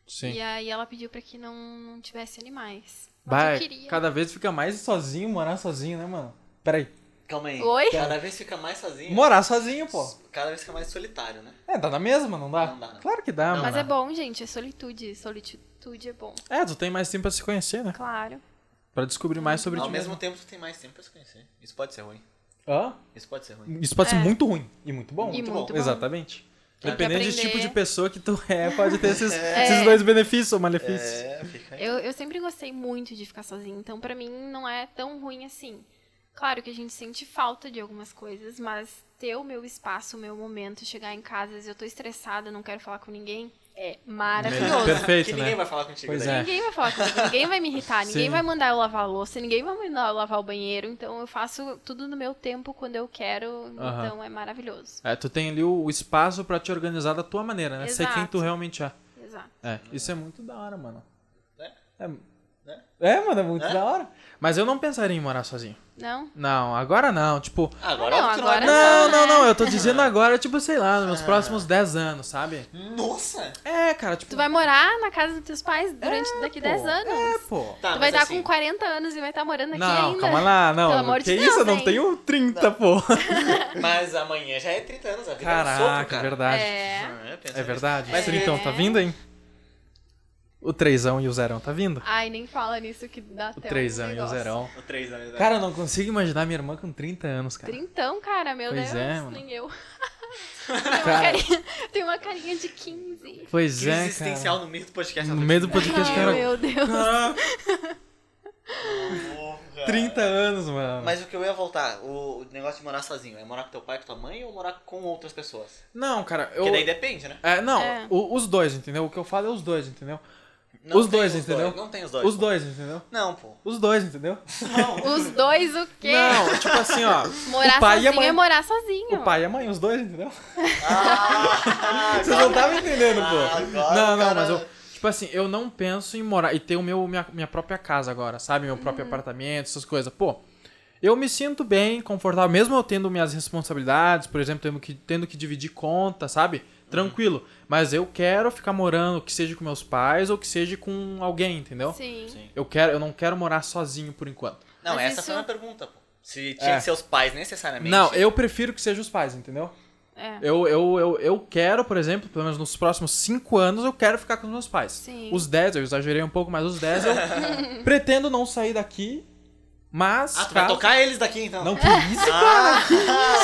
Speaker 2: Sim.
Speaker 3: E aí ela pediu pra que não, não tivesse animais. Mas eu
Speaker 2: Vai,
Speaker 3: queria.
Speaker 2: cada vez fica mais sozinho morar sozinho, né, mano? Peraí.
Speaker 1: Calma aí.
Speaker 3: Oi?
Speaker 1: Cada vez fica mais sozinho.
Speaker 2: Morar sozinho, pô.
Speaker 1: Cada vez fica mais solitário, né?
Speaker 2: É, dá na mesma, não dá?
Speaker 1: Não dá, não.
Speaker 2: Claro que dá,
Speaker 1: Não,
Speaker 2: mano.
Speaker 3: Mas é bom, gente, é solitude. Solitude é bom,
Speaker 2: É, tu tem mais tempo pra se conhecer, né?
Speaker 3: claro.
Speaker 2: Pra descobrir mais sobre
Speaker 1: Ao
Speaker 2: ti
Speaker 1: mesmo
Speaker 2: mesmo.
Speaker 1: tempo, tu tem mais tempo pra se conhecer. Isso pode ser ruim.
Speaker 2: Hã?
Speaker 1: Isso pode ser ruim.
Speaker 2: Isso pode ser muito ruim e muito bom.
Speaker 3: É. E muito bom.
Speaker 2: Exatamente.
Speaker 1: Tem que
Speaker 2: Dependendo do tipo de
Speaker 3: aprender.
Speaker 2: pessoa que tu é, pode ter esses,
Speaker 1: É.
Speaker 2: esses dois benefícios ou malefícios.
Speaker 1: É, fica aí.
Speaker 3: Eu, eu sempre gostei muito de ficar sozinha, então pra mim não é tão ruim assim. Claro que a gente sente falta de algumas coisas, mas ter o meu espaço, o meu momento, chegar em casa, às vezes eu tô estressada, não quero falar com ninguém, é maravilhoso.
Speaker 1: que
Speaker 2: Perfeito,
Speaker 1: ninguém
Speaker 2: né?
Speaker 1: vai falar contigo.
Speaker 2: Pois
Speaker 1: daí.
Speaker 2: é.
Speaker 3: Ninguém vai falar comigo, ninguém vai me irritar, ninguém
Speaker 2: Sim.
Speaker 3: vai mandar eu lavar a louça, ninguém vai mandar eu lavar o banheiro, então eu faço tudo no meu tempo quando eu quero,
Speaker 2: Aham.
Speaker 3: então é maravilhoso.
Speaker 2: É, tu tem ali o, o espaço pra te organizar da tua maneira, né? Ser quem
Speaker 3: Exato.
Speaker 2: tu realmente é.
Speaker 3: Exato.
Speaker 2: É, isso é muito da hora, mano.
Speaker 1: Né?
Speaker 2: É,
Speaker 1: Né?
Speaker 2: é mano, é muito
Speaker 1: Né?
Speaker 2: da hora. Mas eu não pensaria em morar sozinho.
Speaker 3: Não?
Speaker 2: Não, agora não. Tipo,
Speaker 1: Agora
Speaker 3: Ah,
Speaker 1: é
Speaker 3: Não, né?
Speaker 1: tu
Speaker 3: agora
Speaker 1: vai-
Speaker 3: é
Speaker 2: Não, não, não. Eu tô dizendo agora, tipo, sei lá, nos meus próximos 10 anos, sabe?
Speaker 1: Nossa!
Speaker 2: É, cara, tipo.
Speaker 3: Tu vai morar na casa dos teus pais durante daqui 10 anos.
Speaker 2: É, pô.
Speaker 1: Tá,
Speaker 3: tu vai
Speaker 1: mas
Speaker 3: estar
Speaker 1: assim,
Speaker 3: com 40 anos e vai estar morando aqui
Speaker 2: não,
Speaker 3: ainda.
Speaker 2: calma lá, não.
Speaker 3: Pelo amor
Speaker 2: que
Speaker 3: de Deus,
Speaker 2: isso? Eu não
Speaker 3: hein?
Speaker 2: tenho 30, pô.
Speaker 1: Mas amanhã já é 30 anos, a vida é um sopro,
Speaker 2: Caraca, é
Speaker 1: cara. né?
Speaker 2: verdade.
Speaker 3: É.
Speaker 1: É, pensa
Speaker 2: É
Speaker 1: nisso.
Speaker 2: verdade.
Speaker 1: Mas-
Speaker 2: Mas, então, tá vindo, hein? O trêsão e o zerão tá vindo.
Speaker 3: Ai, nem fala nisso que dá
Speaker 2: O
Speaker 3: até
Speaker 2: trêsão
Speaker 3: um
Speaker 2: e o
Speaker 3: negócio.
Speaker 2: é zerão.
Speaker 1: O 3 anos. né?
Speaker 2: Cara, eu não consigo imaginar minha irmã com 30 anos, cara.
Speaker 3: Trintão, cara, meu
Speaker 2: Pois
Speaker 3: Deus,
Speaker 2: é, mano.
Speaker 3: nem eu.
Speaker 2: Cara.
Speaker 3: Tem, uma carinha, tem uma carinha de 15.
Speaker 2: Pois
Speaker 1: Crise
Speaker 2: é,
Speaker 1: existencial
Speaker 2: cara.
Speaker 1: no meio do podcast.
Speaker 2: No meio do podcast,
Speaker 3: Ai,
Speaker 2: cara.
Speaker 3: meu Deus.
Speaker 2: Caraca,
Speaker 1: Porra.
Speaker 2: 30 anos, mano.
Speaker 1: Mas o que eu ia voltar, o o negócio de morar sozinho, é morar com teu pai, com tua mãe ou morar com outras pessoas?
Speaker 2: Não, cara, eu.
Speaker 1: Porque daí depende, né?
Speaker 2: É, não,
Speaker 3: É.
Speaker 2: o- os dois, entendeu? O que eu falo é os dois, entendeu?
Speaker 1: Não
Speaker 2: Os
Speaker 1: tem
Speaker 2: dois, entendeu?
Speaker 1: Não tem os dois.
Speaker 2: Os
Speaker 1: pô.
Speaker 2: dois, entendeu?
Speaker 1: Não, pô.
Speaker 2: Os dois, entendeu?
Speaker 1: Não.
Speaker 3: Os dois o quê?
Speaker 2: Não, tipo assim, ó.
Speaker 3: morar
Speaker 2: o pai e a
Speaker 3: sozinho
Speaker 2: mãe.
Speaker 3: é morar sozinho.
Speaker 2: O pai e a mãe, os dois, entendeu?
Speaker 1: Ah,
Speaker 2: Vocês não estavam entendendo,
Speaker 1: Ah,
Speaker 2: pô.
Speaker 1: agora
Speaker 2: não,
Speaker 1: o
Speaker 2: não,
Speaker 1: cara-
Speaker 2: mas eu. Tipo assim, eu não penso em morar e ter o meu, minha, minha própria casa agora, sabe? Meu
Speaker 1: Hum.
Speaker 2: próprio apartamento, essas coisas. Pô, eu me sinto bem, confortável, mesmo eu tendo minhas responsabilidades, por exemplo, tendo que, tendo que dividir conta, sabe?
Speaker 1: Hum.
Speaker 2: Tranquilo. Mas eu quero ficar morando, que seja com meus pais ou que seja com alguém, entendeu?
Speaker 3: Sim.
Speaker 1: Sim.
Speaker 2: Eu quero, eu não quero morar sozinho por enquanto.
Speaker 1: Não,
Speaker 3: Mas
Speaker 1: essa
Speaker 3: isso-
Speaker 1: foi uma pergunta, pô. Se tinha
Speaker 2: É.
Speaker 1: que ser os pais necessariamente.
Speaker 2: Não, eu prefiro que seja os pais, entendeu?
Speaker 3: É.
Speaker 2: Eu, eu, eu, eu quero, por exemplo, pelo menos nos próximos 5 anos, eu quero ficar com os meus pais.
Speaker 3: Sim.
Speaker 2: Os 10, eu exagerei um pouco, mas os 10 eu pretendo não sair daqui, mas.
Speaker 1: Ah, tu vai
Speaker 2: caso-
Speaker 1: tocar eles daqui então. Ah.
Speaker 2: Não, que isso, cara? Que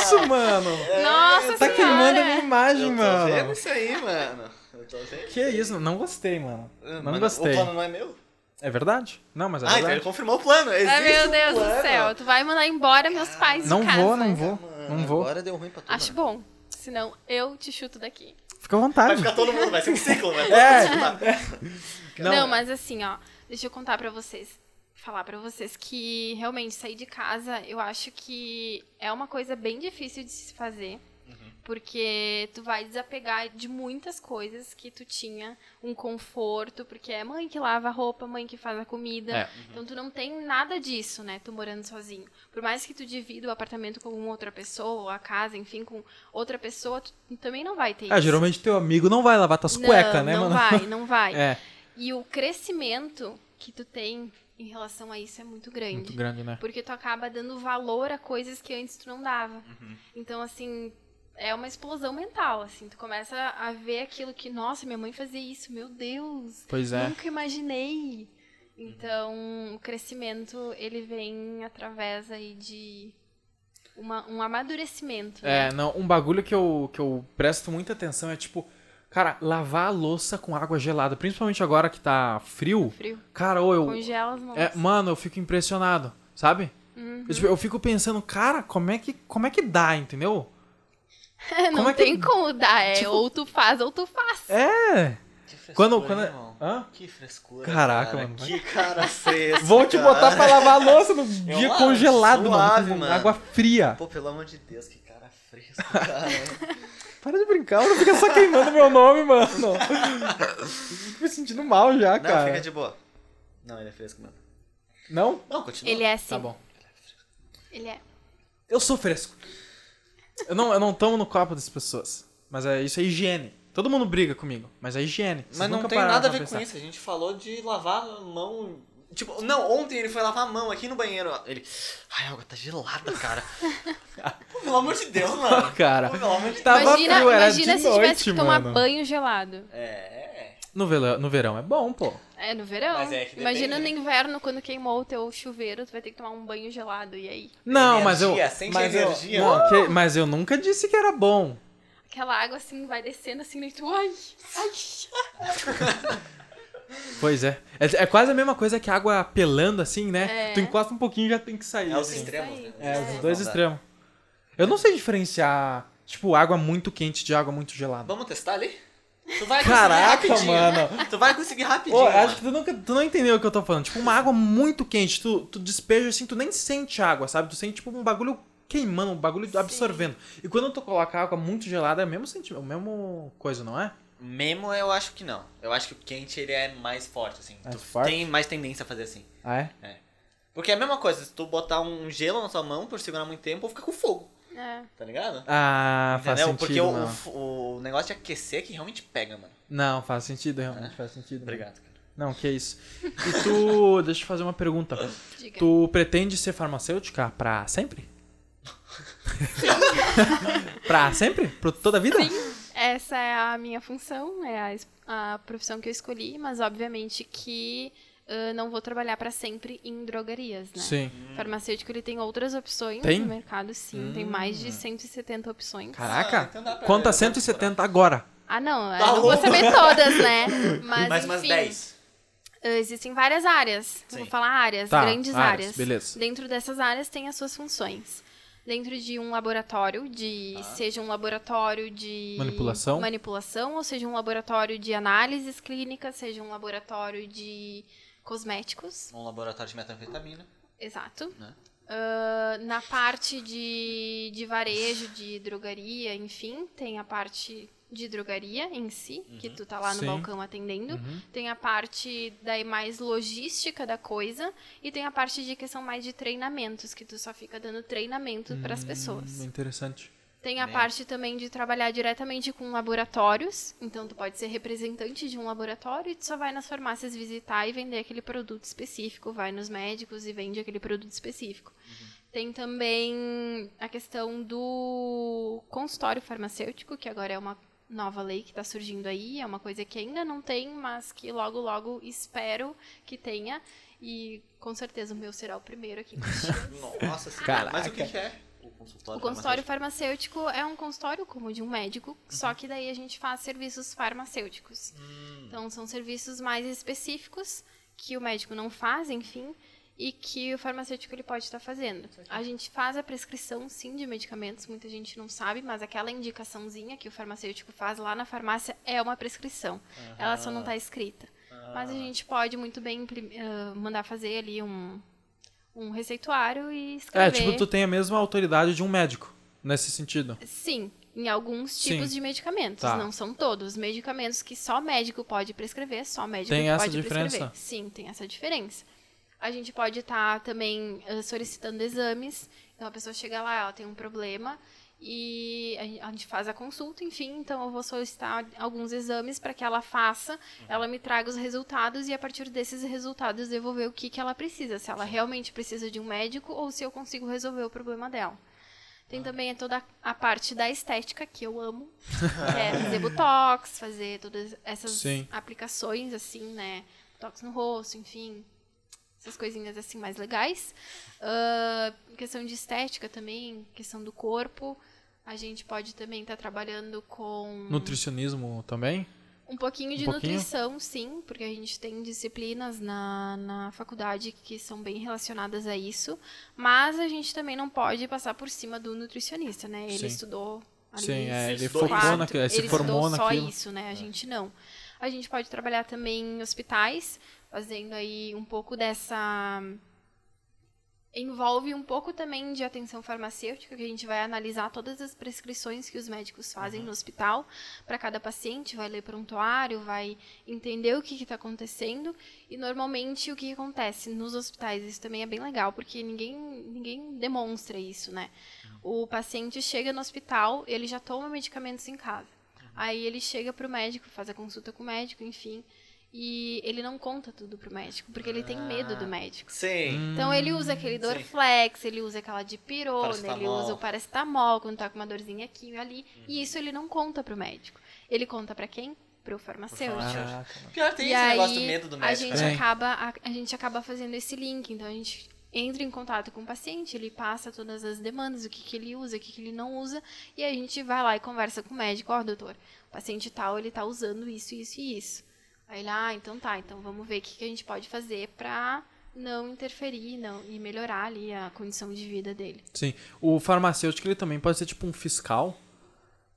Speaker 2: isso, mano?
Speaker 3: Nossa
Speaker 2: Tá
Speaker 3: senhora.
Speaker 2: queimando a minha imagem,
Speaker 1: eu tô
Speaker 2: mano.
Speaker 1: vendo isso aí, mano. Eu tô vendo.
Speaker 2: Que isso, não gostei, mano. Não
Speaker 1: Mano,
Speaker 2: gostei.
Speaker 1: O plano não é meu?
Speaker 2: É verdade? Não, mas é
Speaker 1: ah, então ele
Speaker 2: verdade.
Speaker 1: confirmou o plano. Existe
Speaker 3: Ai, meu
Speaker 1: um
Speaker 3: Deus
Speaker 1: plano.
Speaker 3: do céu. Tu vai mandar embora meus pais
Speaker 2: Não
Speaker 3: de casa.
Speaker 2: vou, não vou. Não vou.
Speaker 1: Agora deu ruim pra tudo.
Speaker 3: Acho bom. Senão eu te chuto daqui.
Speaker 2: Fica à
Speaker 1: Vai
Speaker 2: vontade.
Speaker 1: ficar todo mundo, vai ser um ciclo, né?
Speaker 2: É.
Speaker 3: Não, mas assim, ó, deixa eu contar pra vocês, falar pra vocês que
Speaker 2: Uhum.
Speaker 3: realmente sair de casa, eu acho que é uma coisa bem difícil de se fazer. Porque tu vai desapegar de muitas coisas que tu tinha um conforto, porque é mãe que lava a roupa, mãe que faz a comida.
Speaker 2: É.
Speaker 3: Então tu não tem nada disso, né? Tu morando sozinho. Por mais que tu divida o apartamento com uma outra pessoa, ou a casa, enfim, com outra pessoa, tu também não vai ter
Speaker 2: Ah,
Speaker 3: isso.
Speaker 2: geralmente teu amigo não vai lavar tuas
Speaker 3: não,
Speaker 2: cuecas, né,
Speaker 3: não
Speaker 2: mano?
Speaker 3: vai, não vai.
Speaker 2: É,
Speaker 3: E o crescimento que tu tem em relação a isso é muito grande.
Speaker 2: muito grande, né?
Speaker 3: Porque tu acaba dando valor a coisas que antes tu não dava.
Speaker 2: Uhum.
Speaker 3: Então, assim, é uma explosão mental, assim. Tu começa a ver aquilo que, nossa, minha mãe fazia isso, meu Deus,
Speaker 2: Pois é.
Speaker 3: nunca imaginei. Então, o crescimento, ele vem através aí de uma- um amadurecimento. né?
Speaker 2: É, não, um bagulho que eu, que eu presto muita atenção é tipo, cara, lavar a louça com água gelada, principalmente agora que tá frio.
Speaker 3: Frio.
Speaker 2: Cara, ou eu,
Speaker 3: Congela as mãos.
Speaker 2: É, mano, eu fico impressionado, sabe? Eu, tipo, eu fico pensando, cara, como é que, como é que dá, entendeu?
Speaker 3: não
Speaker 2: como é que-
Speaker 3: tem como dar, é
Speaker 2: Tipo-
Speaker 3: ou tu faz ou tu faz.
Speaker 2: É.
Speaker 1: Que frescura,
Speaker 2: Quando,
Speaker 1: hein,
Speaker 2: quando... é,
Speaker 1: irmão?
Speaker 2: Hã?
Speaker 1: Que frescura.
Speaker 2: Caraca,
Speaker 1: cara.
Speaker 2: mano.
Speaker 1: Que cara fresco.
Speaker 2: Vou te
Speaker 1: cara.
Speaker 2: botar pra lavar a louça no dia
Speaker 1: uma-
Speaker 2: congelado,
Speaker 1: É um suave,
Speaker 2: mano, com
Speaker 1: mano.
Speaker 2: Água fria.
Speaker 1: Pô, pelo amor de Deus, que cara fresco, cara.
Speaker 2: Para de brincar, não fica só queimando meu nome, mano. Fico me sentindo mal já,
Speaker 1: Não,
Speaker 2: cara.
Speaker 1: fica de boa. Não, ele é fresco mesmo.
Speaker 2: Não?
Speaker 1: Não, continua.
Speaker 3: Ele é assim.
Speaker 2: Tá bom.
Speaker 3: Ele é.
Speaker 2: Eu sou fresco. Eu não, eu não tomo no copo das pessoas. Mas é, isso é higiene. Todo mundo briga comigo, mas é higiene. Vocês
Speaker 1: Mas não
Speaker 2: nunca
Speaker 1: tem
Speaker 2: pararam
Speaker 1: nada a
Speaker 2: pra
Speaker 1: ver
Speaker 2: pensar.
Speaker 1: com isso. A gente falou de lavar a mão. Tipo, não, ontem ele foi lavar a mão aqui no banheiro. ó. Ele. Ai, a água tá gelada, cara. Pô, pelo amor de Deus, mano.
Speaker 2: Cara,
Speaker 1: Pô, pelo amor de
Speaker 2: tava
Speaker 3: imagina
Speaker 2: frio, era
Speaker 3: imagina
Speaker 2: de
Speaker 3: se
Speaker 2: noite,
Speaker 3: tivesse que tomar
Speaker 2: mano.
Speaker 3: banho gelado.
Speaker 1: É.
Speaker 2: No, velo- no verão é bom, pô.
Speaker 3: É, no verão.
Speaker 1: Mas é que
Speaker 3: Imagina no
Speaker 1: depende,
Speaker 3: inverno, quando queimou o teu chuveiro, tu vai ter que tomar um banho gelado. E aí?
Speaker 2: Não, mas eu.
Speaker 1: Energia, sente
Speaker 2: mas
Speaker 1: energia.
Speaker 2: Eu, não, que- mas eu nunca disse que era bom.
Speaker 3: Aquela água assim vai descendo assim, e tu. Ai, ai.
Speaker 2: Pois é. é. é quase a mesma coisa que a água pelando assim, né?
Speaker 3: É.
Speaker 2: Tu encosta um pouquinho e já tem que sair.
Speaker 1: É os
Speaker 2: assim.
Speaker 1: extremos, né?
Speaker 2: É, os
Speaker 1: Não
Speaker 2: dois
Speaker 1: dá.
Speaker 2: extremos. Eu não sei diferenciar, tipo, água muito quente de água muito gelada.
Speaker 1: Vamos testar ali? Tu vai
Speaker 2: Caraca,
Speaker 1: conseguir rapidinho. né?
Speaker 2: mano.
Speaker 1: Tu vai conseguir rapidinho.
Speaker 2: Ô,
Speaker 1: mano.
Speaker 2: acho que tu, nunca, tu não entendeu o que eu tô falando. Tipo, uma água muito quente, tu, tu despeja assim, tu nem sente água, sabe? Tu sente tipo um bagulho queimando, um bagulho absorvendo. E quando tu coloca água muito gelada, é o mesmo sentimento, o mesmo coisa, não é?
Speaker 1: Memo eu acho que não. Eu acho que o quente ele é mais forte, assim.
Speaker 2: Mais
Speaker 1: tu
Speaker 2: forte?
Speaker 1: tem mais tendência a fazer assim.
Speaker 2: Ah, é?
Speaker 1: Porque é a mesma coisa, se tu botar um gelo na tua mão por segurar muito tempo, fica com fogo,
Speaker 3: É.
Speaker 1: tá ligado?
Speaker 2: Ah, faz
Speaker 1: Entendeu?
Speaker 2: sentido.
Speaker 1: Porque o,
Speaker 2: mano.
Speaker 1: o f- o negócio de aquecer que realmente pega, mano. Tá
Speaker 2: Não, faz sentido, realmente, faz sentido. né?
Speaker 1: Obrigado, cara.
Speaker 2: Não, que isso. E tu, deixa eu fazer uma pergunta.
Speaker 3: Diga.
Speaker 2: Tu pretende ser farmacêutica pra sempre? pra sempre? Pra toda a vida?
Speaker 1: né?
Speaker 3: Essa é a minha função, é a es- a, profissão que eu escolhi, mas obviamente que ah, não vou trabalhar pra sempre em drogarias, né?
Speaker 2: Sim.
Speaker 3: Farmacêutico ele tem outras opções
Speaker 2: Tem? Hum.
Speaker 3: no mercado, sim. Tem mais de 170 opções.
Speaker 1: Ah,
Speaker 2: Caraca.
Speaker 1: então dá pra-
Speaker 2: Conta 170 agora.
Speaker 3: Ah, não, eu
Speaker 1: Tá
Speaker 3: não vou
Speaker 1: louco.
Speaker 3: saber todas, né? Mas,
Speaker 1: Mais
Speaker 3: enfim,
Speaker 1: umas 10.
Speaker 3: Ah, Existem várias áreas.
Speaker 1: Sim.
Speaker 3: Vou falar áreas,
Speaker 2: Tá,
Speaker 3: grandes
Speaker 2: áreas,
Speaker 3: áreas.
Speaker 2: beleza.
Speaker 3: Dentro dessas áreas tem as suas funções. Dentro de um laboratório de. Seja um laboratório de.
Speaker 2: Tá. Manipulação.
Speaker 3: Manipulação, ou seja um laboratório de análises clínicas, seja um laboratório de cosméticos.
Speaker 1: Um laboratório de metanfetamina.
Speaker 3: Exato.
Speaker 1: Né?
Speaker 3: Ah, na parte de, de varejo, de drogaria, enfim, tem a parte de drogaria em si, que tu tá lá no
Speaker 2: Uhum. Sim.
Speaker 3: balcão atendendo. Tem a parte daí mais logística da coisa e tem a parte de que são mais de treinamentos, que tu só fica dando treinamento pras
Speaker 2: Hum,
Speaker 3: pessoas.
Speaker 2: interessante.
Speaker 3: Tem a
Speaker 1: Bem.
Speaker 3: parte também de trabalhar diretamente com laboratórios, então tu pode ser representante de um laboratório e tu só vai nas farmácias visitar e vender aquele produto específico, vai nos médicos e vende aquele produto específico. Tem também a questão do consultório farmacêutico, que agora é uma nova lei que está surgindo aí, é uma coisa que ainda não tem, mas que logo, logo espero que tenha. E com certeza o meu será o primeiro aqui. em Caxias.
Speaker 1: Nossa senhora.
Speaker 2: Caraca.
Speaker 1: Mas o que, que é? O consultório.
Speaker 3: O consultório farmacêutico é um consultório como o de um médico, só que daí a gente faz serviços farmacêuticos. Então são serviços mais específicos que o médico não faz, enfim, e que o farmacêutico ele pode estar fazendo. A gente faz a prescrição sim de medicamentos, muita gente não sabe, mas aquela indicaçãozinha que o farmacêutico faz lá na farmácia é uma prescrição. Ela só não
Speaker 1: Ah.
Speaker 3: está escrita. Mas a gente pode muito bem imprim- ah, mandar fazer ali um um receituário e escrever.
Speaker 2: É, tipo, tu tem a mesma autoridade de um médico, nesse sentido.
Speaker 3: Sim, em alguns
Speaker 2: Sim.
Speaker 3: tipos de medicamentos,
Speaker 2: Tá.
Speaker 3: não são todos. Medicamentos que só médico pode prescrever, só médico
Speaker 2: Tem
Speaker 3: que
Speaker 2: essa
Speaker 3: pode
Speaker 2: diferença?
Speaker 3: prescrever. Sim, tem essa diferença. A gente pode estar também eh, solicitando exames. Então a pessoa chega lá, ela tem um problema e a gen- a gente faz a consulta, enfim. Então eu vou solicitar alguns exames para que ela faça, ela me traga os resultados e a partir desses resultados eu vou ver o que, que ela precisa. Se ela realmente precisa de um médico ou se eu consigo resolver o problema dela. Tem também toda a parte da estética que eu amo. que é fazer botox, fazer todas essas
Speaker 2: Sim.
Speaker 3: aplicações, assim, né? Botox no rosto, enfim. Essas coisinhas assim mais legais. Ah, questão de estética também, questão do corpo. A gente pode também estar trabalhando com
Speaker 2: Nutricionismo também?
Speaker 3: um pouquinho de
Speaker 2: Um pouquinho?
Speaker 3: nutrição, sim, porque a gente tem disciplinas na, na faculdade que são bem relacionadas a isso, mas a gente também não pode passar por cima do nutricionista, né? Ele
Speaker 2: Sim.
Speaker 3: estudou ali
Speaker 2: Sim, é, ele
Speaker 1: estudou
Speaker 2: focou
Speaker 1: isso.
Speaker 2: naquilo, ele se
Speaker 3: ele
Speaker 2: formou
Speaker 3: estudou só
Speaker 2: naquilo. É.
Speaker 3: isso, né? A gente não. A gente pode trabalhar também em hospitais, fazendo aí um pouco dessa envolve um pouco também de atenção farmacêutica, que a gente vai analisar todas as prescrições que os médicos fazem
Speaker 2: Uhum.
Speaker 3: no hospital para cada paciente, vai ler prontuário, vai entender o que está acontecendo e normalmente o que acontece nos hospitais, isso também é bem legal, porque ninguém, ninguém demonstra isso, né? O paciente chega no hospital, ele já toma medicamentos em casa. Aí ele chega pro médico, faz a consulta com o médico, enfim, e ele não conta tudo pro médico, porque ele tem medo do
Speaker 1: Ah. Hum,
Speaker 3: médico.
Speaker 2: Hum.
Speaker 1: Sim.
Speaker 3: Então ele usa aquele Dorflex, ele usa aquela dipirona, ele
Speaker 1: Paracetamol. Uhum.
Speaker 3: usa o paracetamol quando tá com uma dorzinha aqui e ali. E isso ele não conta pro médico. Ele conta pra quem? Pro farmacêutico.
Speaker 2: Caraca.
Speaker 1: Pior tem
Speaker 3: E
Speaker 1: esse
Speaker 3: aí,
Speaker 1: negócio do medo do
Speaker 3: a
Speaker 1: médico.
Speaker 3: gente,
Speaker 1: né?
Speaker 2: Tem.
Speaker 3: acaba, a, a gente acaba fazendo esse link. Então a gente entra em contato com o paciente, ele passa todas as demandas, o que, que ele usa, o que, que ele não usa, e a gente vai lá e conversa com o médico. Ó, doutor, o paciente tal, ele tá usando isso, isso e isso. Aí ele, ah, então tá, então vamos ver o que, que a gente pode fazer pra não interferir não, e melhorar ali a condição de vida dele.
Speaker 2: Sim. O farmacêutico, ele também pode ser tipo um fiscal.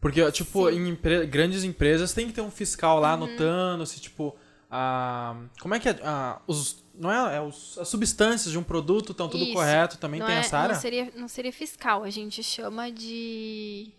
Speaker 2: Porque, tipo,
Speaker 3: Sim. Uhum.
Speaker 2: em empre- grandes empresas tem que ter um fiscal lá anotando se, tipo, a... como é que é? A, os, não é, é os- as substâncias de um produto estão tudo
Speaker 3: Isso.
Speaker 2: correto, também
Speaker 3: não
Speaker 2: tem
Speaker 3: é,
Speaker 2: essa área?
Speaker 3: Não seria, não seria fiscal, a gente chama de...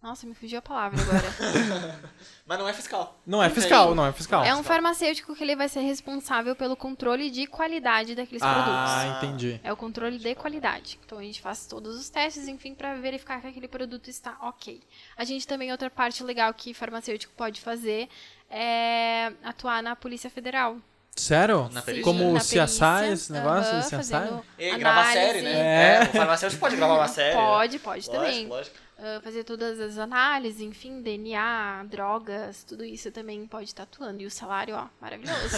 Speaker 3: Nossa, me fugiu a palavra agora.
Speaker 1: Mas não é fiscal.
Speaker 2: Não é fiscal, não é fiscal.
Speaker 3: É um farmacêutico que ele vai ser responsável pelo controle de qualidade daqueles produtos.
Speaker 2: Ah, entendi.
Speaker 3: É o controle de qualidade. Então a gente faz todos os testes, enfim, para verificar que aquele produto está ok. A gente também, outra parte legal que farmacêutico pode fazer é atuar na Polícia Federal.
Speaker 2: Sério?
Speaker 1: Na perícia?
Speaker 2: Como o
Speaker 3: na
Speaker 2: CSI,
Speaker 3: perícia,
Speaker 2: esse negócio do
Speaker 3: aham,
Speaker 2: CSI?
Speaker 3: fazendo
Speaker 1: E gravar
Speaker 3: análise.
Speaker 1: série, né?
Speaker 2: É.
Speaker 1: o farmacêutico pode gravar uma série. né?
Speaker 3: Pode, pode
Speaker 1: Lógico,
Speaker 3: também.
Speaker 1: lógico.
Speaker 3: Ah, fazer todas as análises, enfim, DNA, drogas, tudo isso também pode estar atuando. E o salário, ó, maravilhoso.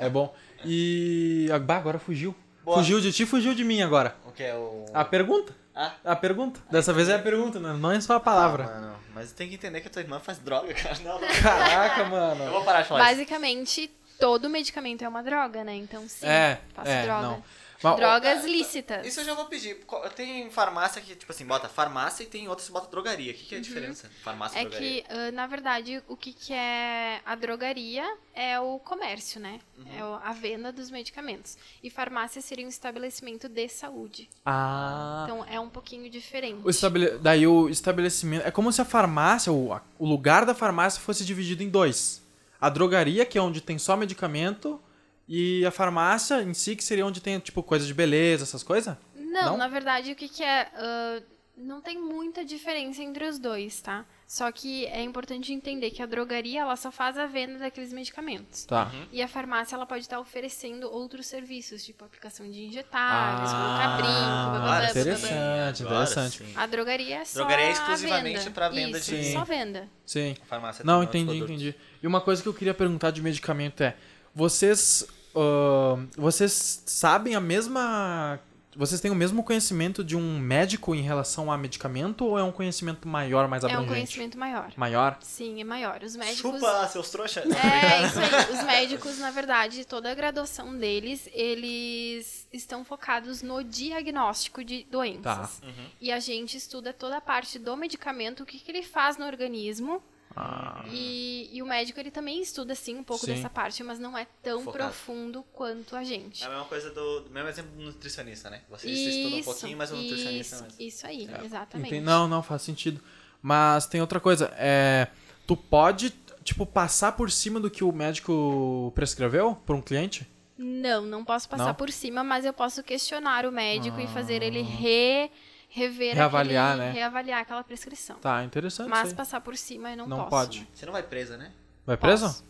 Speaker 2: É bom. E. ah, bah, agora fugiu.
Speaker 1: Boa.
Speaker 2: Fugiu de ti, fugiu de mim agora.
Speaker 1: O que é o.
Speaker 2: A pergunta?
Speaker 1: Ah.
Speaker 2: A pergunta. Dessa vez é a pergunta, né? Não é só a palavra.
Speaker 1: Ah, mano, mas tem que entender que a tua irmã faz droga, cara. Não, não.
Speaker 2: Caraca,
Speaker 1: Eu
Speaker 2: mano.
Speaker 1: vou parar de falar isso.
Speaker 3: Basicamente, todo medicamento é uma droga, né? Então, sim,
Speaker 2: É,
Speaker 3: faço
Speaker 2: é,
Speaker 3: droga.
Speaker 2: não. Mas,
Speaker 3: Drogas lícitas.
Speaker 1: Isso eu já vou pedir. Co- Tem farmácia que, tipo assim, bota farmácia e tem outras que bota drogaria. O que, que é a diferença? Farmácia e
Speaker 3: É
Speaker 1: drogaria.
Speaker 3: que, ah, na verdade, o que, que é a drogaria é o comércio, né?
Speaker 2: Uhum.
Speaker 3: É o- a venda dos medicamentos. E farmácia seria um estabelecimento de saúde.
Speaker 2: ah.
Speaker 3: Então, é um pouquinho diferente.
Speaker 2: O estabele... Daí o estabelecimento. É como se a farmácia, o, a- o lugar da farmácia fosse dividido em dois: a drogaria, que é onde tem só medicamento, e a farmácia em si, que seria onde tem, tipo, coisa de beleza, essas coisas?
Speaker 3: Não,
Speaker 2: Não?
Speaker 3: na verdade, o que, que é. ah, não tem muita diferença entre os dois, tá? Só que é importante entender que a drogaria ela só faz a venda daqueles medicamentos.
Speaker 2: Tá.
Speaker 3: E a farmácia ela pode estar oferecendo outros serviços, tipo aplicação de injetáveis,
Speaker 1: Ah,
Speaker 3: colocar
Speaker 1: agora tá
Speaker 3: brinco, blá, blá, blá, blá, blá.
Speaker 2: Ah, é interessante,
Speaker 1: Agora
Speaker 2: interessante.
Speaker 1: sim.
Speaker 3: A drogaria é só
Speaker 1: Drogaria é
Speaker 3: a
Speaker 1: exclusivamente
Speaker 3: venda.
Speaker 1: pra venda
Speaker 3: Isso,
Speaker 1: de-
Speaker 2: Sim.
Speaker 3: só venda.
Speaker 2: Sim.
Speaker 1: A farmácia
Speaker 2: Não,
Speaker 1: tem outros
Speaker 2: entendi,
Speaker 1: produtos.
Speaker 2: entendi. E uma coisa que eu queria perguntar de medicamento é: vocês. ahn, vocês sabem a mesma. Vocês têm o mesmo conhecimento de um médico em relação a medicamento ou é um conhecimento maior, mais
Speaker 3: É um
Speaker 2: abrangente?
Speaker 3: conhecimento maior.
Speaker 2: Maior?
Speaker 3: Sim, é maior. Os médicos
Speaker 1: Chupa, seus trouxas.
Speaker 3: É, isso aí. Os médicos, na verdade, toda a graduação deles, eles estão focados no diagnóstico de doenças.
Speaker 1: Tá.
Speaker 3: E a gente estuda toda a parte do medicamento, o que, que ele faz no organismo.
Speaker 2: Ah,
Speaker 3: E, e o médico, ele também estuda, sim, um pouco
Speaker 2: Sim.
Speaker 3: dessa parte, mas não é tão
Speaker 1: Focado.
Speaker 3: profundo quanto a gente.
Speaker 1: É a mesma coisa do. do Mesmo exemplo do nutricionista, né? Vocês estudam um pouquinho, mas o nutricionista.
Speaker 3: isso,
Speaker 1: mesmo.
Speaker 3: isso aí, exatamente.
Speaker 2: Entendi. Não, não, faz sentido. Mas tem outra coisa, é, tu pode, tipo, passar por cima do que o médico prescreveu pra um cliente?
Speaker 3: Não, não posso passar
Speaker 2: Não? Ah.
Speaker 3: por cima, mas eu posso questionar o médico e fazer ele re, rever
Speaker 2: Reavaliar,
Speaker 3: aquele-
Speaker 2: né?
Speaker 3: reavaliar aquela prescrição.
Speaker 2: Tá, interessante
Speaker 3: mas
Speaker 2: isso aí.
Speaker 3: passar por cima eu não,
Speaker 2: Não
Speaker 3: posso.
Speaker 2: pode.
Speaker 3: né?
Speaker 1: Você não vai presa, né?
Speaker 2: Vai
Speaker 3: Posso.
Speaker 2: preso?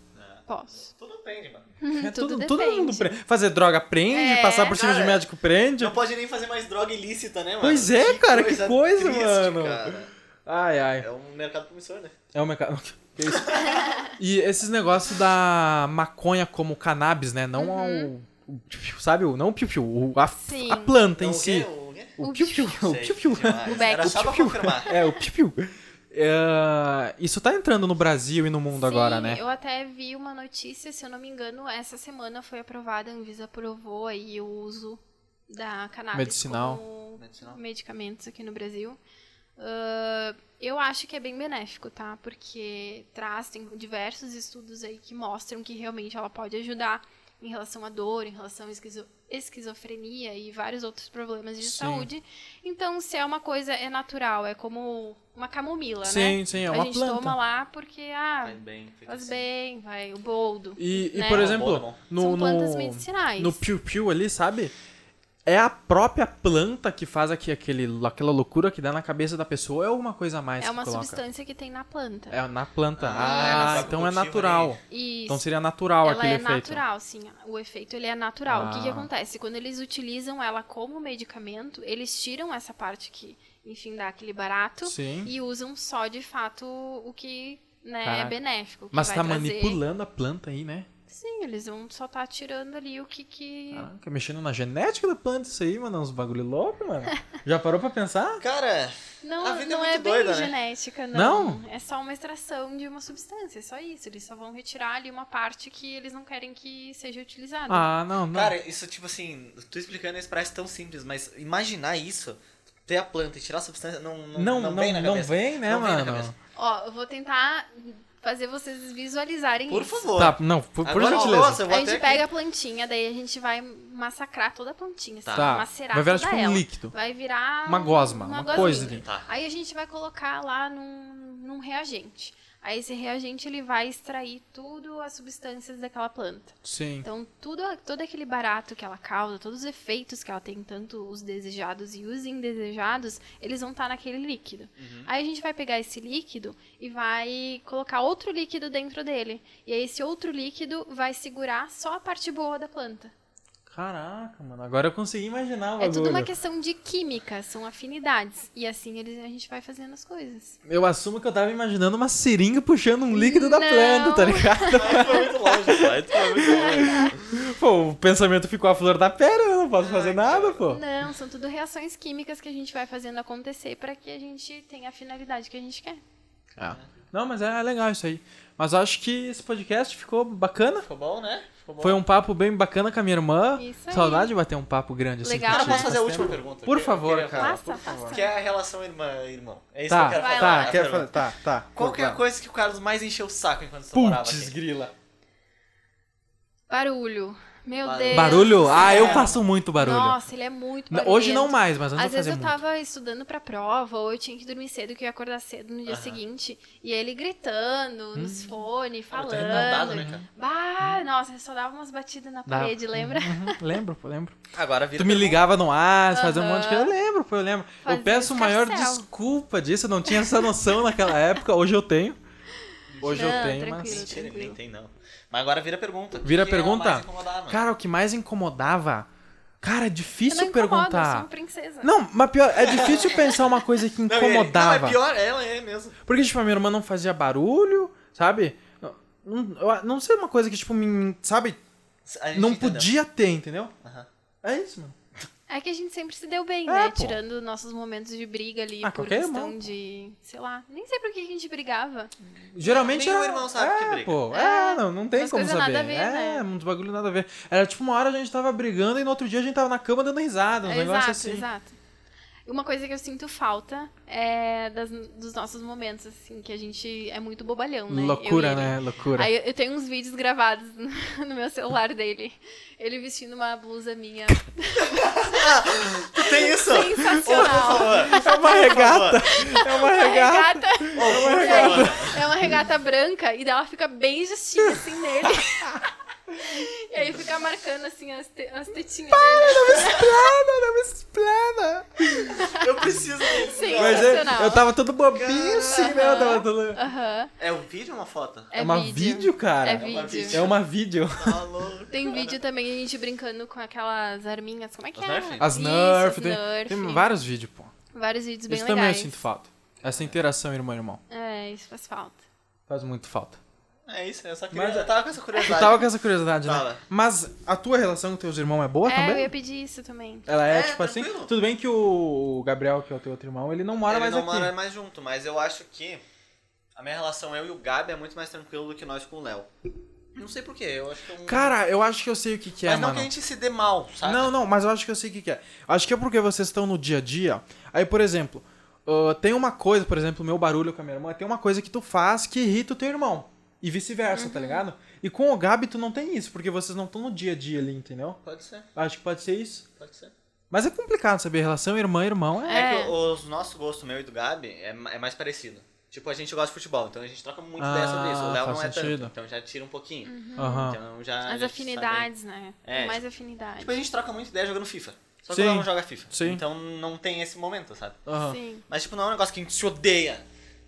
Speaker 3: Posso.
Speaker 1: Tudo depende, mano.
Speaker 2: É,
Speaker 3: Tudo depende.
Speaker 2: prende. Fazer droga prende,
Speaker 3: É,
Speaker 2: passar por cima de
Speaker 1: cara.
Speaker 2: médico prende.
Speaker 1: Não pode nem fazer mais droga ilícita, né, mano?
Speaker 2: Pois é, cara, que coisa,
Speaker 1: triste,
Speaker 2: mano.
Speaker 1: cara.
Speaker 2: Ai, ai.
Speaker 1: É um mercado promissor, né?
Speaker 2: É o mercado. Que isso? e esses negócios da maconha como cannabis, né? Não o, o piu-piu, sabe? O, não o piu-piu, o- a,
Speaker 3: Uhum. Sim.
Speaker 2: a planta em
Speaker 1: Então, o
Speaker 2: si.
Speaker 1: quê? O quê?
Speaker 2: O
Speaker 3: O
Speaker 2: piu-piu, o
Speaker 1: Sei,
Speaker 2: piu-piu.
Speaker 1: demais.
Speaker 3: O Beck.
Speaker 1: Era só
Speaker 2: O
Speaker 1: pra
Speaker 2: piu-piu.
Speaker 1: confirmar.
Speaker 2: É, o piu-piu. É, isso tá entrando no Brasil e no mundo
Speaker 3: Sim,
Speaker 2: agora, né?
Speaker 3: Eu até vi uma notícia, se eu não me engano, essa semana foi aprovada, a Anvisa aprovou aí o uso da cannabis
Speaker 2: Medicinal.
Speaker 3: como
Speaker 1: Medicinal.
Speaker 3: medicamentos aqui no Brasil. Ah, eu acho que é bem benéfico, tá? Porque traz, tem diversos estudos aí que mostram que realmente ela pode ajudar em relação à dor, em relação à esquizo- esquizofrenia e vários outros problemas de
Speaker 2: Sim.
Speaker 3: saúde. Então, se é uma coisa, é natural, é como uma camomila, né?
Speaker 2: Sim, sim, é
Speaker 3: a
Speaker 2: uma
Speaker 3: gente
Speaker 2: planta.
Speaker 3: toma lá porque, ah,
Speaker 1: Faz bem. fica
Speaker 3: faz
Speaker 1: assim.
Speaker 3: bem, vai, o boldo.
Speaker 2: E, e,
Speaker 3: né?
Speaker 2: por
Speaker 1: Bom,
Speaker 2: exemplo,
Speaker 1: bom, bom.
Speaker 2: no,
Speaker 3: São plantas
Speaker 2: no-
Speaker 3: medicinais.
Speaker 2: no piu-piu ali, sabe? É a própria planta que faz aqui aquele, aquela loucura que dá na cabeça da pessoa ou é alguma coisa a mais
Speaker 3: é
Speaker 2: que
Speaker 3: uma
Speaker 2: coloca?
Speaker 3: substância que tem na planta.
Speaker 2: É na planta.
Speaker 1: Ah,
Speaker 2: Ah,
Speaker 1: é na
Speaker 2: então
Speaker 1: sacola
Speaker 2: é natural.
Speaker 3: Isso.
Speaker 2: Então seria natural
Speaker 3: ela
Speaker 2: aquele
Speaker 3: é
Speaker 2: efeito.
Speaker 3: natural, sim. O efeito ele é natural. O que, que
Speaker 2: Ah.
Speaker 3: acontece? Quando eles utilizam ela como medicamento, eles tiram essa parte que, enfim, dá aquele barato
Speaker 2: Sim.
Speaker 3: e usam só de fato o que né, é
Speaker 2: Caraca.
Speaker 3: benéfico. o que
Speaker 2: Mas
Speaker 3: vai
Speaker 2: tá
Speaker 3: trazer.
Speaker 2: manipulando a planta aí, né?
Speaker 3: Sim, eles vão só tá tirando ali o que que.
Speaker 2: Caraca, mexendo na genética da planta isso aí, mano. é Uns bagulho louco, mano. Já parou pra pensar?
Speaker 1: Cara,
Speaker 3: Não,
Speaker 1: A vida é
Speaker 3: não é,
Speaker 1: muito
Speaker 3: bem
Speaker 1: doida, né?
Speaker 3: genética, não.
Speaker 2: Não?
Speaker 3: É só uma extração de uma substância, é só isso. Eles só vão retirar ali uma parte que eles não querem que seja utilizada.
Speaker 2: Ah, não, não.
Speaker 1: cara, isso tipo assim, tu explicando isso parece tão simples, mas imaginar isso, ter a planta e tirar a substância, não, não,
Speaker 2: não, não,
Speaker 1: vem na
Speaker 2: não
Speaker 1: cabeça.
Speaker 2: vem, né,
Speaker 1: Não vem na
Speaker 2: mano?
Speaker 1: cabeça.
Speaker 3: Ó, eu vou tentar fazer vocês visualizarem
Speaker 1: Por
Speaker 3: isso.
Speaker 1: favor.
Speaker 2: tá, não, por, por
Speaker 1: Agora,
Speaker 2: gentileza.
Speaker 1: Nossa, eu vou
Speaker 3: A gente
Speaker 1: até
Speaker 3: pega a plantinha, daí a gente vai massacrar toda a plantinha, assim,
Speaker 2: Tá.
Speaker 3: macerar
Speaker 2: Vai virar
Speaker 3: toda
Speaker 2: tipo um
Speaker 3: ela.
Speaker 2: líquido.
Speaker 3: Vai virar
Speaker 2: Uma
Speaker 3: um-
Speaker 2: gosma, uma
Speaker 3: gosminha.
Speaker 2: coisa ali.
Speaker 1: Tá.
Speaker 3: Aí a gente vai colocar lá num, num reagente. Aí esse reagente ele vai extrair tudo as substâncias daquela planta.
Speaker 2: Sim.
Speaker 3: Então, tudo, todo aquele barato que ela causa, todos os efeitos que ela tem, tanto os desejados e os indesejados, eles vão estar naquele líquido.
Speaker 2: Uhum.
Speaker 3: Aí a gente vai pegar esse líquido e vai colocar outro líquido dentro dele. E aí esse outro líquido vai segurar só a parte boa da planta.
Speaker 2: Caraca, mano. Agora eu consegui imaginar o
Speaker 3: É
Speaker 2: bagulho.
Speaker 3: tudo uma questão de química, são afinidades. E assim eles, a gente vai fazendo as coisas.
Speaker 2: Eu assumo que eu tava imaginando uma seringa puxando um líquido da
Speaker 3: Não.
Speaker 2: planta, tá ligado?
Speaker 1: Aí tu foi muito longe, pai. Tu foi muito longe.
Speaker 2: Pô, o pensamento ficou a flor da pele, eu não posso fazer
Speaker 1: Ai,
Speaker 2: nada,
Speaker 1: cara.
Speaker 2: pô.
Speaker 3: Não, são tudo reações químicas que a gente vai fazendo acontecer para que a gente tenha a finalidade que a gente quer.
Speaker 2: Ah. Não, mas é legal isso aí. Mas eu acho que esse podcast ficou bacana.
Speaker 1: Ficou bom, né? Ficou bom.
Speaker 2: Foi um papo bem bacana com a minha irmã.
Speaker 3: Isso aí.
Speaker 2: Saudade de bater um papo grande assim.
Speaker 3: Legal,
Speaker 1: Cara,
Speaker 2: contigo.
Speaker 1: posso fazer a
Speaker 2: Faz
Speaker 1: última
Speaker 2: tempo.
Speaker 1: pergunta?
Speaker 2: Por
Speaker 1: que eu
Speaker 2: favor,
Speaker 1: queria
Speaker 2: cara.
Speaker 1: falar?
Speaker 3: Passa, passa.
Speaker 1: Que é a relação irmã-irmão. É isso
Speaker 2: Tá,
Speaker 1: que eu quero
Speaker 3: Vai
Speaker 1: falar.
Speaker 2: tá,
Speaker 1: a
Speaker 2: quero falar.
Speaker 1: pergunta.
Speaker 2: Tá, tá.
Speaker 1: Qual que é a
Speaker 2: Vai.
Speaker 1: coisa que o Carlos mais encheu o saco enquanto você morava
Speaker 2: Putz,
Speaker 1: aqui?
Speaker 2: grila.
Speaker 3: Barulho. Meu
Speaker 1: Barulho.
Speaker 3: Deus.
Speaker 2: Barulho? Ah, eu
Speaker 1: É.
Speaker 2: faço muito barulho.
Speaker 3: Nossa, ele é muito
Speaker 2: N-
Speaker 3: barulhento.
Speaker 2: Hoje não mais, mas antes
Speaker 3: Às
Speaker 2: eu
Speaker 3: vezes
Speaker 2: fazia
Speaker 3: eu
Speaker 2: muito.
Speaker 3: tava estudando pra prova, ou eu tinha que dormir cedo, que eu ia acordar cedo no dia
Speaker 1: Aham.
Speaker 3: seguinte. E ele gritando nos
Speaker 2: Hum.
Speaker 3: fones,
Speaker 1: Ah,
Speaker 3: falando.
Speaker 1: tá remendado, né, cara?
Speaker 3: Bah, nossa, só dava umas batidas na
Speaker 2: Dava.
Speaker 3: parede, lembra?
Speaker 2: Uhum, lembro, pô, lembro.
Speaker 1: Agora vira
Speaker 2: Tu me
Speaker 1: pergunta.
Speaker 2: ligava no ar, você fazia um
Speaker 3: Aham.
Speaker 2: monte de coisa. Eu lembro, pô, eu lembro. eu
Speaker 3: Fazia
Speaker 2: peço
Speaker 3: os
Speaker 2: maior
Speaker 3: carcel.
Speaker 2: desculpa disso, eu não tinha essa noção naquela época. Hoje eu tenho. Hoje eu
Speaker 3: Não,
Speaker 2: tenho,
Speaker 3: tranquilo.
Speaker 2: mas.
Speaker 1: Mentira, ele nem tem, não. Mas agora vira pergunta. O
Speaker 2: Vira
Speaker 1: que que é
Speaker 2: pergunta?
Speaker 1: mais incomodava?
Speaker 2: Cara, o que mais incomodava. Cara, é
Speaker 3: eu não
Speaker 2: difícil
Speaker 3: incomodo, eu sou um
Speaker 2: perguntar.
Speaker 3: uma princesa.
Speaker 2: Não, mas pior, é difícil pensar uma coisa que
Speaker 1: Não, ele-
Speaker 2: incomodava.
Speaker 1: Não, é pior, ela é mesmo.
Speaker 2: Porque, tipo, a minha irmã não fazia barulho, sabe? Não, eu não sei uma coisa que, tipo, me, sabe?
Speaker 1: A gente
Speaker 2: Não
Speaker 1: É, entendeu.
Speaker 2: podia ter, entendeu?
Speaker 1: Aham.
Speaker 2: É isso, mano.
Speaker 3: É que a gente sempre se deu bem,
Speaker 2: É,
Speaker 3: né?
Speaker 2: pô.
Speaker 3: Tirando nossos momentos de briga ali
Speaker 2: Ah,
Speaker 3: por
Speaker 2: qualquer
Speaker 3: questão
Speaker 2: irmão, pô.
Speaker 3: de. sei lá, nem sei por que que a gente brigava.
Speaker 2: Geralmente
Speaker 1: Nem
Speaker 2: era...
Speaker 1: o irmão sabe
Speaker 2: é,
Speaker 1: que briga.
Speaker 2: Pô, é,
Speaker 3: É,
Speaker 2: não, não tem
Speaker 3: umas
Speaker 2: como
Speaker 3: coisas
Speaker 2: saber.
Speaker 3: nada a ver,
Speaker 2: é,
Speaker 3: né?
Speaker 2: uns bagulho nada a ver. Era tipo uma hora a gente tava brigando e no outro dia a gente tava na cama dando risada, um negócio
Speaker 3: exato,
Speaker 2: assim.
Speaker 3: exato. Uma coisa que eu sinto falta é das- dos nossos momentos, assim, que a gente é muito bobalhão, né? Eu e
Speaker 2: Loucura,
Speaker 3: ele.
Speaker 2: né? Loucura.
Speaker 3: Aí eu- eu tenho uns vídeos gravados no no meu celular dele. Ele vestindo uma blusa minha.
Speaker 1: tu tem isso?
Speaker 3: Sensacional.
Speaker 2: É uma regata. É uma regata.
Speaker 3: Regata, é uma regata branca e daí ela fica bem justinha assim nele. e aí fica marcando assim as, te- as tetinhas dele.
Speaker 2: Explana, não me explana.
Speaker 1: Eu preciso um disso.
Speaker 3: Sim.
Speaker 1: cara.
Speaker 2: Mas eu,
Speaker 3: Sensacional.
Speaker 2: eu tava todo bobinho assim, né? Eu tava todo... É,
Speaker 3: Aham.
Speaker 1: É um vídeo ou uma foto?
Speaker 3: É,
Speaker 2: uma vídeo, cara.
Speaker 3: É
Speaker 1: uma
Speaker 3: vídeo.
Speaker 1: vídeo.
Speaker 2: É uma vídeo.
Speaker 1: Tá louco.
Speaker 3: Tem vídeo também, a gente brincando com aquelas arminhas. Como é que
Speaker 1: As
Speaker 3: é?
Speaker 1: Nerf?
Speaker 2: As
Speaker 3: Isso,
Speaker 2: Nerf,
Speaker 3: as
Speaker 2: tem,
Speaker 3: Nerf.
Speaker 2: tem vários vídeos, pô.
Speaker 3: Vários vídeos bem
Speaker 2: Isso também assim. eu
Speaker 3: legais.
Speaker 2: sinto falta. Essa interação irmão-irmão.
Speaker 3: É, isso faz falta.
Speaker 2: Faz muito falta.
Speaker 1: É isso, eu só queria.
Speaker 2: Mas-
Speaker 1: eu tava com essa
Speaker 2: Eu
Speaker 1: curiosidade.
Speaker 2: tava com essa curiosidade, né?
Speaker 1: Tava.
Speaker 2: Mas a tua relação com teus irmãos é boa
Speaker 3: é, eu
Speaker 2: também?
Speaker 3: ia pedir isso também.
Speaker 2: Ela é,
Speaker 1: É,
Speaker 2: tipo assim.
Speaker 1: tranquilo.
Speaker 2: Tudo bem que o Gabriel, que é o teu outro irmão, ele não mora
Speaker 1: Ele
Speaker 2: mais
Speaker 1: não
Speaker 2: aqui.
Speaker 1: mora mais junto, mas eu acho que a minha relação eu e o Gabi é muito mais tranquilo do que nós com o Léo. Não sei porquê, eu acho que é um...
Speaker 2: Cara, eu acho que eu sei o que, que é,
Speaker 1: mas não
Speaker 2: mano.
Speaker 1: que a gente se dê mal, sabe?
Speaker 2: Não, não, mas eu acho que eu sei o que, que é. Acho que é porque vocês estão no dia a dia. Aí, por exemplo, ah, tem uma coisa, por exemplo, meu barulho com a minha irmã, tem uma coisa que tu faz que irrita o teu irmão. E vice-versa,
Speaker 3: Uhum.
Speaker 2: tá ligado? E com o Gabi tu não tem isso, porque vocês não estão no dia a dia ali, entendeu?
Speaker 1: Pode ser,
Speaker 2: Acho que pode ser isso.
Speaker 1: pode ser.
Speaker 2: Mas é complicado saber relação irmã-irmão. É...
Speaker 1: É,
Speaker 3: É.
Speaker 1: que o, o nosso gosto, meu e do Gabi, é, ma- é mais parecido. Tipo, a gente gosta de futebol, então a gente troca muito
Speaker 2: Ah,
Speaker 1: ideia sobre isso. O Léo
Speaker 2: faz
Speaker 1: não é
Speaker 2: sentido.
Speaker 1: tanto, então já tira um pouquinho.
Speaker 2: Aham.
Speaker 1: Então já...
Speaker 3: Uhum. As
Speaker 1: já
Speaker 3: afinidades, né?
Speaker 1: É,
Speaker 3: Mais
Speaker 1: sabe.
Speaker 3: afinidades.
Speaker 1: Tipo, a gente troca muito ideia jogando FIFA. Só que
Speaker 2: Sim.
Speaker 1: o Léo não joga FIFA.
Speaker 2: Sim.
Speaker 1: Então não tem esse momento, sabe?
Speaker 2: Aham.
Speaker 3: Sim.
Speaker 1: Mas tipo, não é um negócio que a gente se odeia.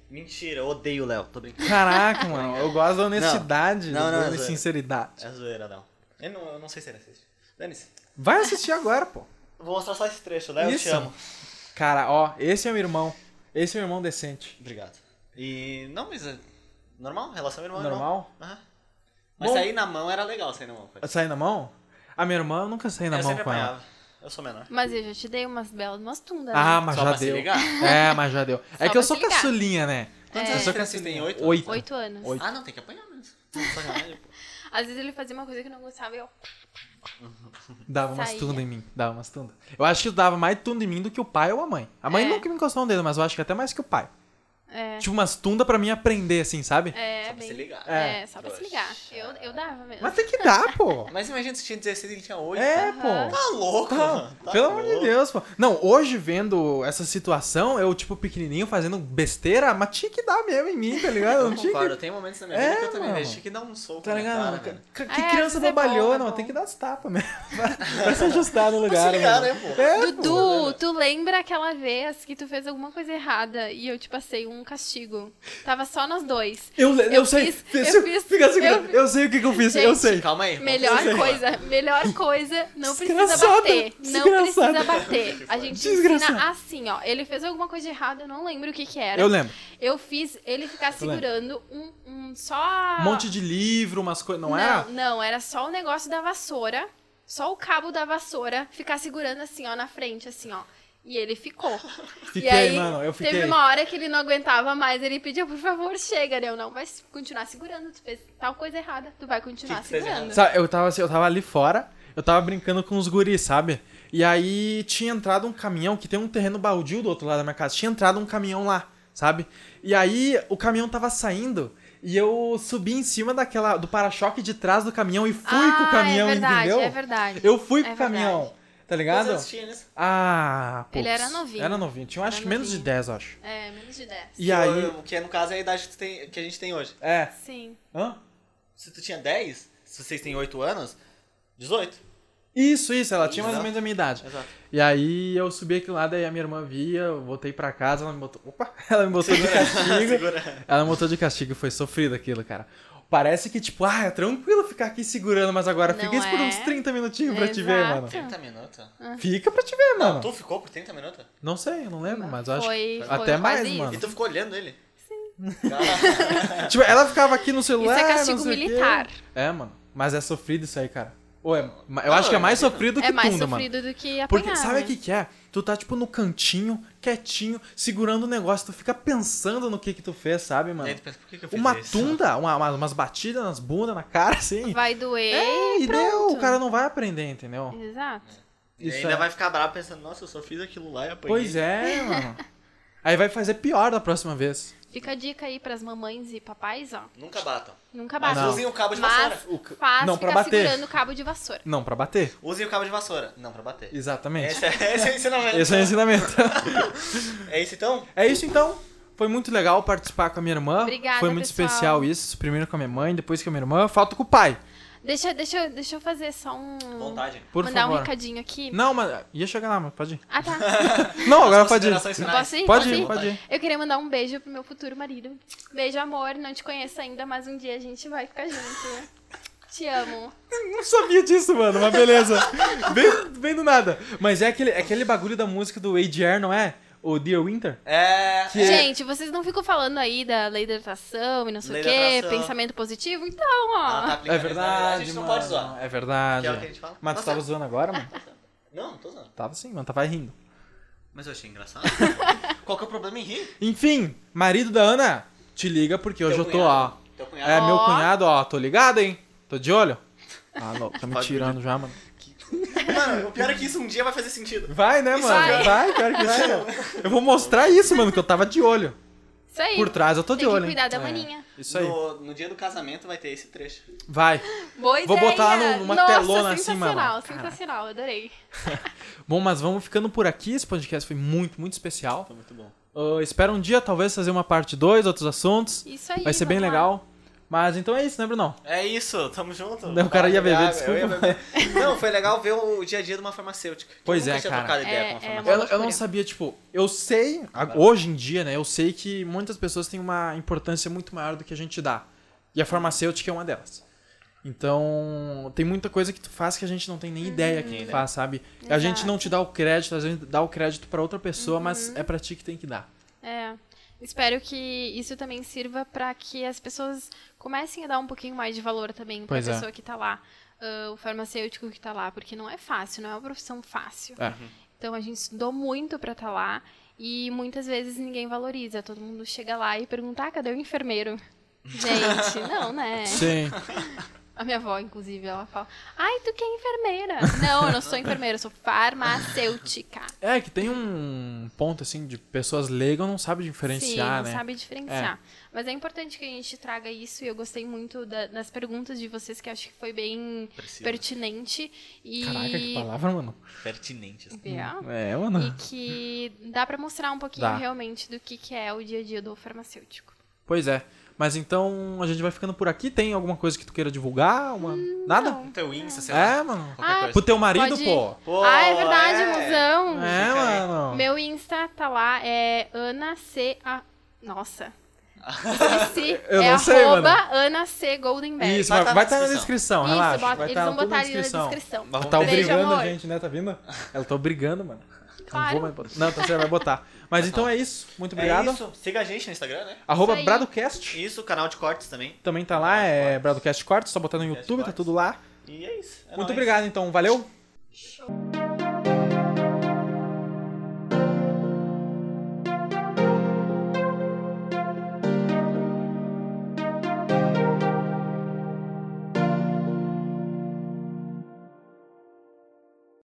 Speaker 1: Mentira, eu odeio o Léo, tô brincando.
Speaker 2: Caraca, mano, eu gosto da honestidade,
Speaker 1: Não, não,
Speaker 2: da
Speaker 1: não, zoeira.
Speaker 2: sinceridade.
Speaker 1: É zoeira, não. Eu não, eu não sei se ele assiste. Dane-se.
Speaker 2: Vai assistir agora, pô.
Speaker 1: Vou mostrar só esse trecho, Léo, eu te
Speaker 2: Isso.
Speaker 1: amo.
Speaker 2: Cara, ó, esse é meu irmão. Esse é um irmão decente.
Speaker 1: Obrigado. E, não, mas é normal, relação irmão e irmão.
Speaker 2: Normal?
Speaker 1: Aham. Mas
Speaker 2: Bom-
Speaker 1: sair na mão era legal, sair na mão. Cara.
Speaker 2: Sair na mão? A minha irmã, eu nunca saí na
Speaker 1: eu
Speaker 2: mão
Speaker 1: sempre
Speaker 2: com ela.
Speaker 1: apanhava. Eu sou menor.
Speaker 3: Mas eu já te dei umas belas, umas tundas.
Speaker 2: Ah,
Speaker 3: né?
Speaker 2: mas
Speaker 1: Só
Speaker 2: já
Speaker 1: pra se
Speaker 2: deu.
Speaker 1: ligar?
Speaker 2: É, mas já deu. É
Speaker 3: Só
Speaker 2: que eu
Speaker 3: pra
Speaker 2: sou
Speaker 3: se ligar.
Speaker 2: caçulinha, né?
Speaker 1: Quantos
Speaker 3: É.
Speaker 1: anos
Speaker 2: Só
Speaker 1: criança vocês têm? Oito?
Speaker 2: Oito.
Speaker 3: Oito anos.
Speaker 2: Oito.
Speaker 1: Ah, não, tem que apanhar mesmo. Sacanagem, pô.
Speaker 3: Às vezes ele fazia uma coisa que eu não gostava e eu.
Speaker 2: Dava umas
Speaker 3: Saía.
Speaker 2: tundas em mim. Dava umas tundas. Eu acho que dava mais tunda em mim do que o pai ou a mãe. A mãe
Speaker 3: É.
Speaker 2: nunca me encostou um dedo, mas eu acho que até mais que o pai.
Speaker 3: É,
Speaker 2: Tipo, umas tundas pra mim aprender, assim, sabe?
Speaker 3: é
Speaker 1: Só pra se
Speaker 3: bem.
Speaker 1: ligar.
Speaker 3: É, só pra se
Speaker 1: Trouxa.
Speaker 3: ligar. Eu, eu dava mesmo.
Speaker 2: Mas tem que dar, pô.
Speaker 1: É. Mas imagina se tinha 16 e ele tinha 8.
Speaker 2: É,
Speaker 1: tá?
Speaker 2: pô.
Speaker 1: Tá louco,
Speaker 2: Tá,
Speaker 1: mano. Tá
Speaker 2: pelo
Speaker 1: louco.
Speaker 2: amor de Deus, pô. Não, hoje vendo essa situação, eu, tipo, pequenininho fazendo besteira, mas tinha que dar mesmo em mim, tá ligado?
Speaker 1: Eu
Speaker 2: Não tinha
Speaker 1: concordo,
Speaker 2: que...
Speaker 1: tem momentos na minha
Speaker 2: É,
Speaker 1: vida que eu também
Speaker 2: mano.
Speaker 1: vejo. Tinha que dar um soco
Speaker 2: Tá
Speaker 1: na
Speaker 2: ligado?
Speaker 1: cara, cara.
Speaker 2: Que,
Speaker 3: É,
Speaker 2: que criança
Speaker 3: isso é bom,
Speaker 2: bobalhona,
Speaker 3: é
Speaker 2: mano.
Speaker 3: bom.
Speaker 2: tem que dar os tapas mesmo. pra se ajustar no lugar,
Speaker 1: se ligar,
Speaker 2: mano.
Speaker 1: né, pô?
Speaker 2: É,
Speaker 3: Dudu, tu lembra aquela vez que tu fez alguma coisa errada e eu te passei um castigo? Tava só nós dois.
Speaker 2: Eu, eu,
Speaker 3: Eu
Speaker 2: sei.
Speaker 3: fiz-
Speaker 2: Fiz-
Speaker 3: eu fiz-
Speaker 2: fica segurando.
Speaker 3: eu-
Speaker 2: Eu, sei o que, que eu fiz, eu
Speaker 3: Gente,
Speaker 2: sei.
Speaker 1: Calma aí. vamos
Speaker 3: Melhor
Speaker 1: fazer.
Speaker 3: coisa, melhor coisa, não precisa
Speaker 2: Desgraçada,
Speaker 3: bater. Não
Speaker 2: desgraçada.
Speaker 3: precisa bater. A gente
Speaker 2: Desgraçada.
Speaker 3: ensina assim, ó. Ele fez alguma coisa errada, eu não lembro o que que era.
Speaker 2: Eu lembro.
Speaker 3: Eu fiz ele ficar
Speaker 2: lembro.
Speaker 3: segurando um, um só.
Speaker 2: Um monte de livro, umas coisas. Não, é?
Speaker 3: não,
Speaker 2: era?
Speaker 3: Não, era só o negócio da vassoura. Só o cabo da vassoura ficar segurando assim, ó, na frente, assim, ó. E ele ficou.
Speaker 2: Fiquei,
Speaker 3: e aí,
Speaker 2: mano, eu fiquei.
Speaker 3: Teve uma hora que ele não aguentava mais, ele pediu, por favor, chega, né? eu não vai se- continuar segurando, tu fez tal coisa errada, tu vai continuar
Speaker 1: Que que fez
Speaker 3: segurando.
Speaker 2: Sabe, eu tava assim, eu tava ali fora, eu tava brincando com os guris, sabe? E aí tinha entrado um caminhão, que tem um terreno baldio do outro lado da minha casa, tinha entrado um caminhão lá, sabe? E aí o caminhão tava saindo e eu subi em cima daquela do para-choque de trás do caminhão e fui com o
Speaker 3: Ah,
Speaker 2: caminhão,
Speaker 3: é verdade,
Speaker 2: entendeu?
Speaker 3: É verdade.
Speaker 2: Eu fui
Speaker 3: É
Speaker 2: com o
Speaker 3: verdade.
Speaker 2: caminhão, tá
Speaker 1: Quantos
Speaker 2: ligado?
Speaker 1: anos tinha nisso?
Speaker 2: Ah, putz.
Speaker 3: Ele era novinho.
Speaker 2: Era novinho, tinha
Speaker 3: Era
Speaker 2: acho que menos de
Speaker 3: novinho.
Speaker 2: 10, eu acho.
Speaker 3: É, menos de 10.
Speaker 2: E aí.
Speaker 1: O- O que é, no caso, é a idade que, tu tem- que a gente tem hoje.
Speaker 2: É.
Speaker 3: Sim.
Speaker 2: Hã?
Speaker 1: Se tu tinha 10, se vocês têm 8 anos, 18.
Speaker 2: Isso, isso, ela tinha mais
Speaker 1: Exato.
Speaker 2: ou menos a minha idade.
Speaker 1: Exato.
Speaker 2: E aí eu subi aquilo lá, daí a minha irmã via, eu voltei pra casa, ela me botou. Opa! Ela me botou de castigo.
Speaker 1: Segura.
Speaker 2: Ela me botou de castigo e foi sofrido aquilo, cara. Parece que, tipo, ah, é tranquilo ficar aqui segurando, mas agora
Speaker 3: Não
Speaker 2: fica isso por
Speaker 3: é?
Speaker 2: uns 30 minutinhos pra te ver, mano.
Speaker 3: Exato.
Speaker 1: 30 minutos?
Speaker 2: Fica pra te ver, mano.
Speaker 1: Tu ficou por 30 minutos?
Speaker 2: Não sei, eu não lembro, mas eu acho.
Speaker 3: Foi-
Speaker 2: até
Speaker 3: foi
Speaker 2: mais,
Speaker 3: quase
Speaker 2: mano.
Speaker 1: E tu ficou olhando ele? Sim. Cara,
Speaker 2: Tipo, ela ficava aqui no celular.
Speaker 3: Isso é
Speaker 2: não
Speaker 3: castigo
Speaker 2: sei o quê.
Speaker 3: militar.
Speaker 2: É, mano. Mas é sofrido isso aí, cara. Ou é, eu
Speaker 1: Não,
Speaker 2: acho que é
Speaker 1: eu
Speaker 2: mais
Speaker 1: imagino.
Speaker 2: sofrido que
Speaker 3: É mais
Speaker 2: tunda, mano.
Speaker 3: sofrido do que apanhar.
Speaker 2: Porque sabe o
Speaker 3: né?
Speaker 2: que, que é? Tu tá, tipo, no cantinho, quietinho, segurando o negócio, tu fica pensando no que que tu fez, sabe,
Speaker 1: E aí
Speaker 2: mano?
Speaker 1: tu pensa, por que, que eu fiz
Speaker 2: Uma
Speaker 1: isso?
Speaker 2: tunda, uma- uma- umas batidas nas bundas, na cara, assim.
Speaker 3: Vai doer.
Speaker 2: é, e deu,
Speaker 3: pronto.
Speaker 2: o cara não vai aprender, entendeu?
Speaker 3: Exato.
Speaker 1: E
Speaker 2: Isso
Speaker 1: ainda
Speaker 2: é.
Speaker 1: vai ficar bravo pensando, nossa, eu só fiz aquilo lá e apanhei.
Speaker 2: Pois é, mano. Aí vai fazer pior da próxima vez.
Speaker 3: Fica a dica aí pras mamães e papais, ó.
Speaker 1: Nunca batam.
Speaker 3: Nunca
Speaker 1: Mas
Speaker 3: bate.
Speaker 2: Ah, Não.
Speaker 1: usem o cabo de
Speaker 3: Mas
Speaker 1: vassoura.
Speaker 2: O ca-
Speaker 3: faz
Speaker 2: Não, pra
Speaker 3: ficar
Speaker 2: bater.
Speaker 3: segurando o cabo de vassoura.
Speaker 2: Não, pra bater.
Speaker 1: Usem o cabo de vassoura. Não, pra bater.
Speaker 2: Exatamente.
Speaker 1: Esse é, esse é o ensinamento.
Speaker 2: Esse é o ensinamento.
Speaker 1: É isso então?
Speaker 2: É isso então. Foi muito legal participar com a minha irmã.
Speaker 3: Obrigada,
Speaker 2: Foi muito
Speaker 3: pessoal.
Speaker 2: especial isso. Primeiro com a minha mãe, depois com a minha irmã. Falta com o pai,
Speaker 3: Deixa, deixa, eu- deixa eu fazer só um.
Speaker 1: Vontade.
Speaker 2: por
Speaker 3: mandar
Speaker 2: favor.
Speaker 3: um recadinho aqui.
Speaker 2: Não, mas ia chegar lá, mas pode ir.
Speaker 3: Ah, tá.
Speaker 2: Não, agora
Speaker 1: As
Speaker 2: pode ir.
Speaker 1: considerações finais.
Speaker 3: Posso ir?
Speaker 2: Pode
Speaker 3: Posso
Speaker 2: ir,
Speaker 3: ir?
Speaker 2: pode ir.
Speaker 3: Eu queria mandar um beijo pro meu futuro marido. Beijo, amor. Não te conheço ainda, mas um dia a gente vai ficar junto. Te amo.
Speaker 2: Não sabia disso, mano, mas beleza. Bem, bem do nada. Mas é aquele, é aquele bagulho da música do ADR, não é? O Dear Winter?
Speaker 1: É.
Speaker 2: Que-
Speaker 3: Gente, vocês não ficam falando aí da lei da atração e não sei
Speaker 1: Lei
Speaker 3: o
Speaker 1: da
Speaker 3: quê,
Speaker 1: atração.
Speaker 3: pensamento positivo? Então, ó.
Speaker 1: ela tá aplicando isso
Speaker 2: É
Speaker 1: na verdade,
Speaker 2: verdade.
Speaker 1: A gente
Speaker 2: mano.
Speaker 1: não pode zoar.
Speaker 2: É verdade.
Speaker 1: Que é o que a gente fala.
Speaker 2: Mas tu tava zoando agora, mano?
Speaker 1: Não, não tô zoando.
Speaker 2: Tava sim, mano, tava rindo.
Speaker 1: Mas eu achei engraçado. Qual que é o problema em rir?
Speaker 2: Enfim, marido da Ana, te liga porque hoje
Speaker 1: Teu
Speaker 2: eu tô, ó.
Speaker 1: cunhado. Teu cunhado.
Speaker 2: É,
Speaker 3: Ó.
Speaker 2: meu cunhado, ó, tô ligado, hein? Tô de olho. Ah, não, tá me
Speaker 1: Pode
Speaker 2: tirando já, mano.
Speaker 1: Mano, o pior é que isso um dia vai fazer sentido.
Speaker 2: Vai, né, mano? Vai,
Speaker 3: aí.
Speaker 2: pior que vai, mano. Eu vou mostrar isso, mano, que eu tava de olho.
Speaker 3: Isso aí.
Speaker 2: Por trás eu tô de
Speaker 3: Tem que
Speaker 2: olho. hein?
Speaker 3: cuidar da
Speaker 2: É,
Speaker 3: maninha.
Speaker 2: Isso aí.
Speaker 1: No, no dia do casamento vai ter esse trecho.
Speaker 2: Vai.
Speaker 3: Boa
Speaker 2: Vou
Speaker 3: ideia.
Speaker 2: botar num- numa
Speaker 3: Nossa,
Speaker 2: telona assim, mano.
Speaker 3: sensacional,
Speaker 2: Caraca.
Speaker 3: Sensacional, adorei.
Speaker 2: Bom, mas vamos ficando por aqui. Esse podcast foi muito, muito especial.
Speaker 1: Foi muito bom.
Speaker 2: Ah, espero um dia, talvez, fazer uma parte 2, outros assuntos.
Speaker 3: Isso aí.
Speaker 2: Vai ser bem
Speaker 3: vamos lá.
Speaker 2: legal. Mas então é isso, né, Brunão?
Speaker 1: É isso, tamo junto.
Speaker 2: Não, o cara ia
Speaker 1: Ah,
Speaker 2: beber, desculpa,
Speaker 1: eu ia beber. Não, foi legal ver o dia a dia de uma farmacêutica. que
Speaker 2: Pois
Speaker 1: eu nunca
Speaker 2: é,
Speaker 1: tinha
Speaker 2: cara.
Speaker 1: trocado ideia
Speaker 3: É,
Speaker 1: com uma
Speaker 3: é
Speaker 1: farmacêutica.
Speaker 3: uma
Speaker 2: Eu, eu não
Speaker 3: loucura.
Speaker 2: sabia, tipo, eu sei, a- hoje em dia, né, eu sei que muitas pessoas têm uma importância muito maior do que a gente dá. E a farmacêutica é uma delas. Então, tem muita coisa que tu faz que a gente não tem nem ideia que
Speaker 1: Uhum. Nem
Speaker 2: tu
Speaker 1: ideia.
Speaker 2: faz, sabe? A gente não te dá o crédito, às vezes dá o crédito pra outra pessoa,
Speaker 1: Uhum.
Speaker 2: mas é pra ti que tem que dar.
Speaker 3: É. Espero que isso também sirva para que as pessoas comecem a dar um pouquinho mais de valor também para a
Speaker 2: Pois é.
Speaker 3: pessoa que tá lá, ah, o farmacêutico que tá lá, porque não é fácil, não é uma profissão fácil.
Speaker 2: É.
Speaker 3: Então a gente estudou muito para estar lá e muitas vezes ninguém valoriza. Todo mundo chega lá e pergunta: ah, cadê o enfermeiro? Gente, não, né?
Speaker 2: Sim.
Speaker 3: A minha avó, inclusive, ela fala: ai, tu que é enfermeira. Não, eu não sou enfermeira, eu sou farmacêutica.
Speaker 2: É que tem um ponto, assim, de pessoas leigas não sabem diferenciar,
Speaker 3: Sim,
Speaker 2: né?
Speaker 3: sabe diferenciar. Mas é importante que a gente traga isso e eu gostei muito da- das perguntas de vocês, que eu acho que foi bem
Speaker 1: Precisa.
Speaker 3: pertinente. E...
Speaker 2: Caraca, que palavra, mano.
Speaker 1: Pertinente. assim.
Speaker 3: É.
Speaker 2: É,
Speaker 3: E
Speaker 2: mano.
Speaker 3: que dá pra mostrar um pouquinho
Speaker 2: Dá.
Speaker 3: realmente do que, que é o dia a dia do farmacêutico.
Speaker 2: Pois é. Mas então a gente vai ficando por aqui. Tem alguma coisa que tu queira divulgar? Uma... Nada?
Speaker 3: Hum, Não.
Speaker 1: Teu Insta, sei lá.
Speaker 2: É, mano.
Speaker 1: Qualquer
Speaker 3: Ah,
Speaker 1: coisa.
Speaker 2: Pro teu marido,
Speaker 3: Pode ir.
Speaker 2: pô.
Speaker 1: Pô,
Speaker 3: ah, é verdade,
Speaker 1: é.
Speaker 3: musão!
Speaker 2: É,
Speaker 1: Fica aí.
Speaker 2: mano.
Speaker 3: Meu Insta tá lá, é Ana C. A... Nossa! Esqueci.
Speaker 2: Eu
Speaker 3: é
Speaker 2: não sei,
Speaker 3: arroba
Speaker 2: mano.
Speaker 3: Ana C. Goldenberg.
Speaker 2: Isso,
Speaker 1: Vai
Speaker 2: vai
Speaker 1: tá na
Speaker 2: estar vai tá na
Speaker 1: descrição.
Speaker 2: descrição,
Speaker 3: Isso,
Speaker 2: relaxa.
Speaker 3: bota-
Speaker 2: vai
Speaker 3: eles
Speaker 2: tá
Speaker 3: vão
Speaker 2: tudo
Speaker 3: botar
Speaker 2: na
Speaker 3: ali na
Speaker 2: descrição.
Speaker 3: descrição.
Speaker 1: Mas
Speaker 2: Tá
Speaker 1: Beijo,
Speaker 2: obrigando
Speaker 3: amor.
Speaker 2: a gente, né? Tá vindo? Ela tá obrigando, mano. Não,
Speaker 3: Claro.
Speaker 2: vou mais botar. não, tá certo, vai botar. Mas então é isso. Muito obrigado.
Speaker 1: É isso. Siga a gente no Instagram, né?
Speaker 2: Arroba
Speaker 3: Isso aí.
Speaker 2: Bradocast.
Speaker 1: Isso, canal de cortes também.
Speaker 2: Também tá lá, é Bradocast Cortes. Só botar no YouTube, tá tudo lá.
Speaker 1: E é isso. É
Speaker 2: Muito
Speaker 1: nóis.
Speaker 2: obrigado, então. Valeu.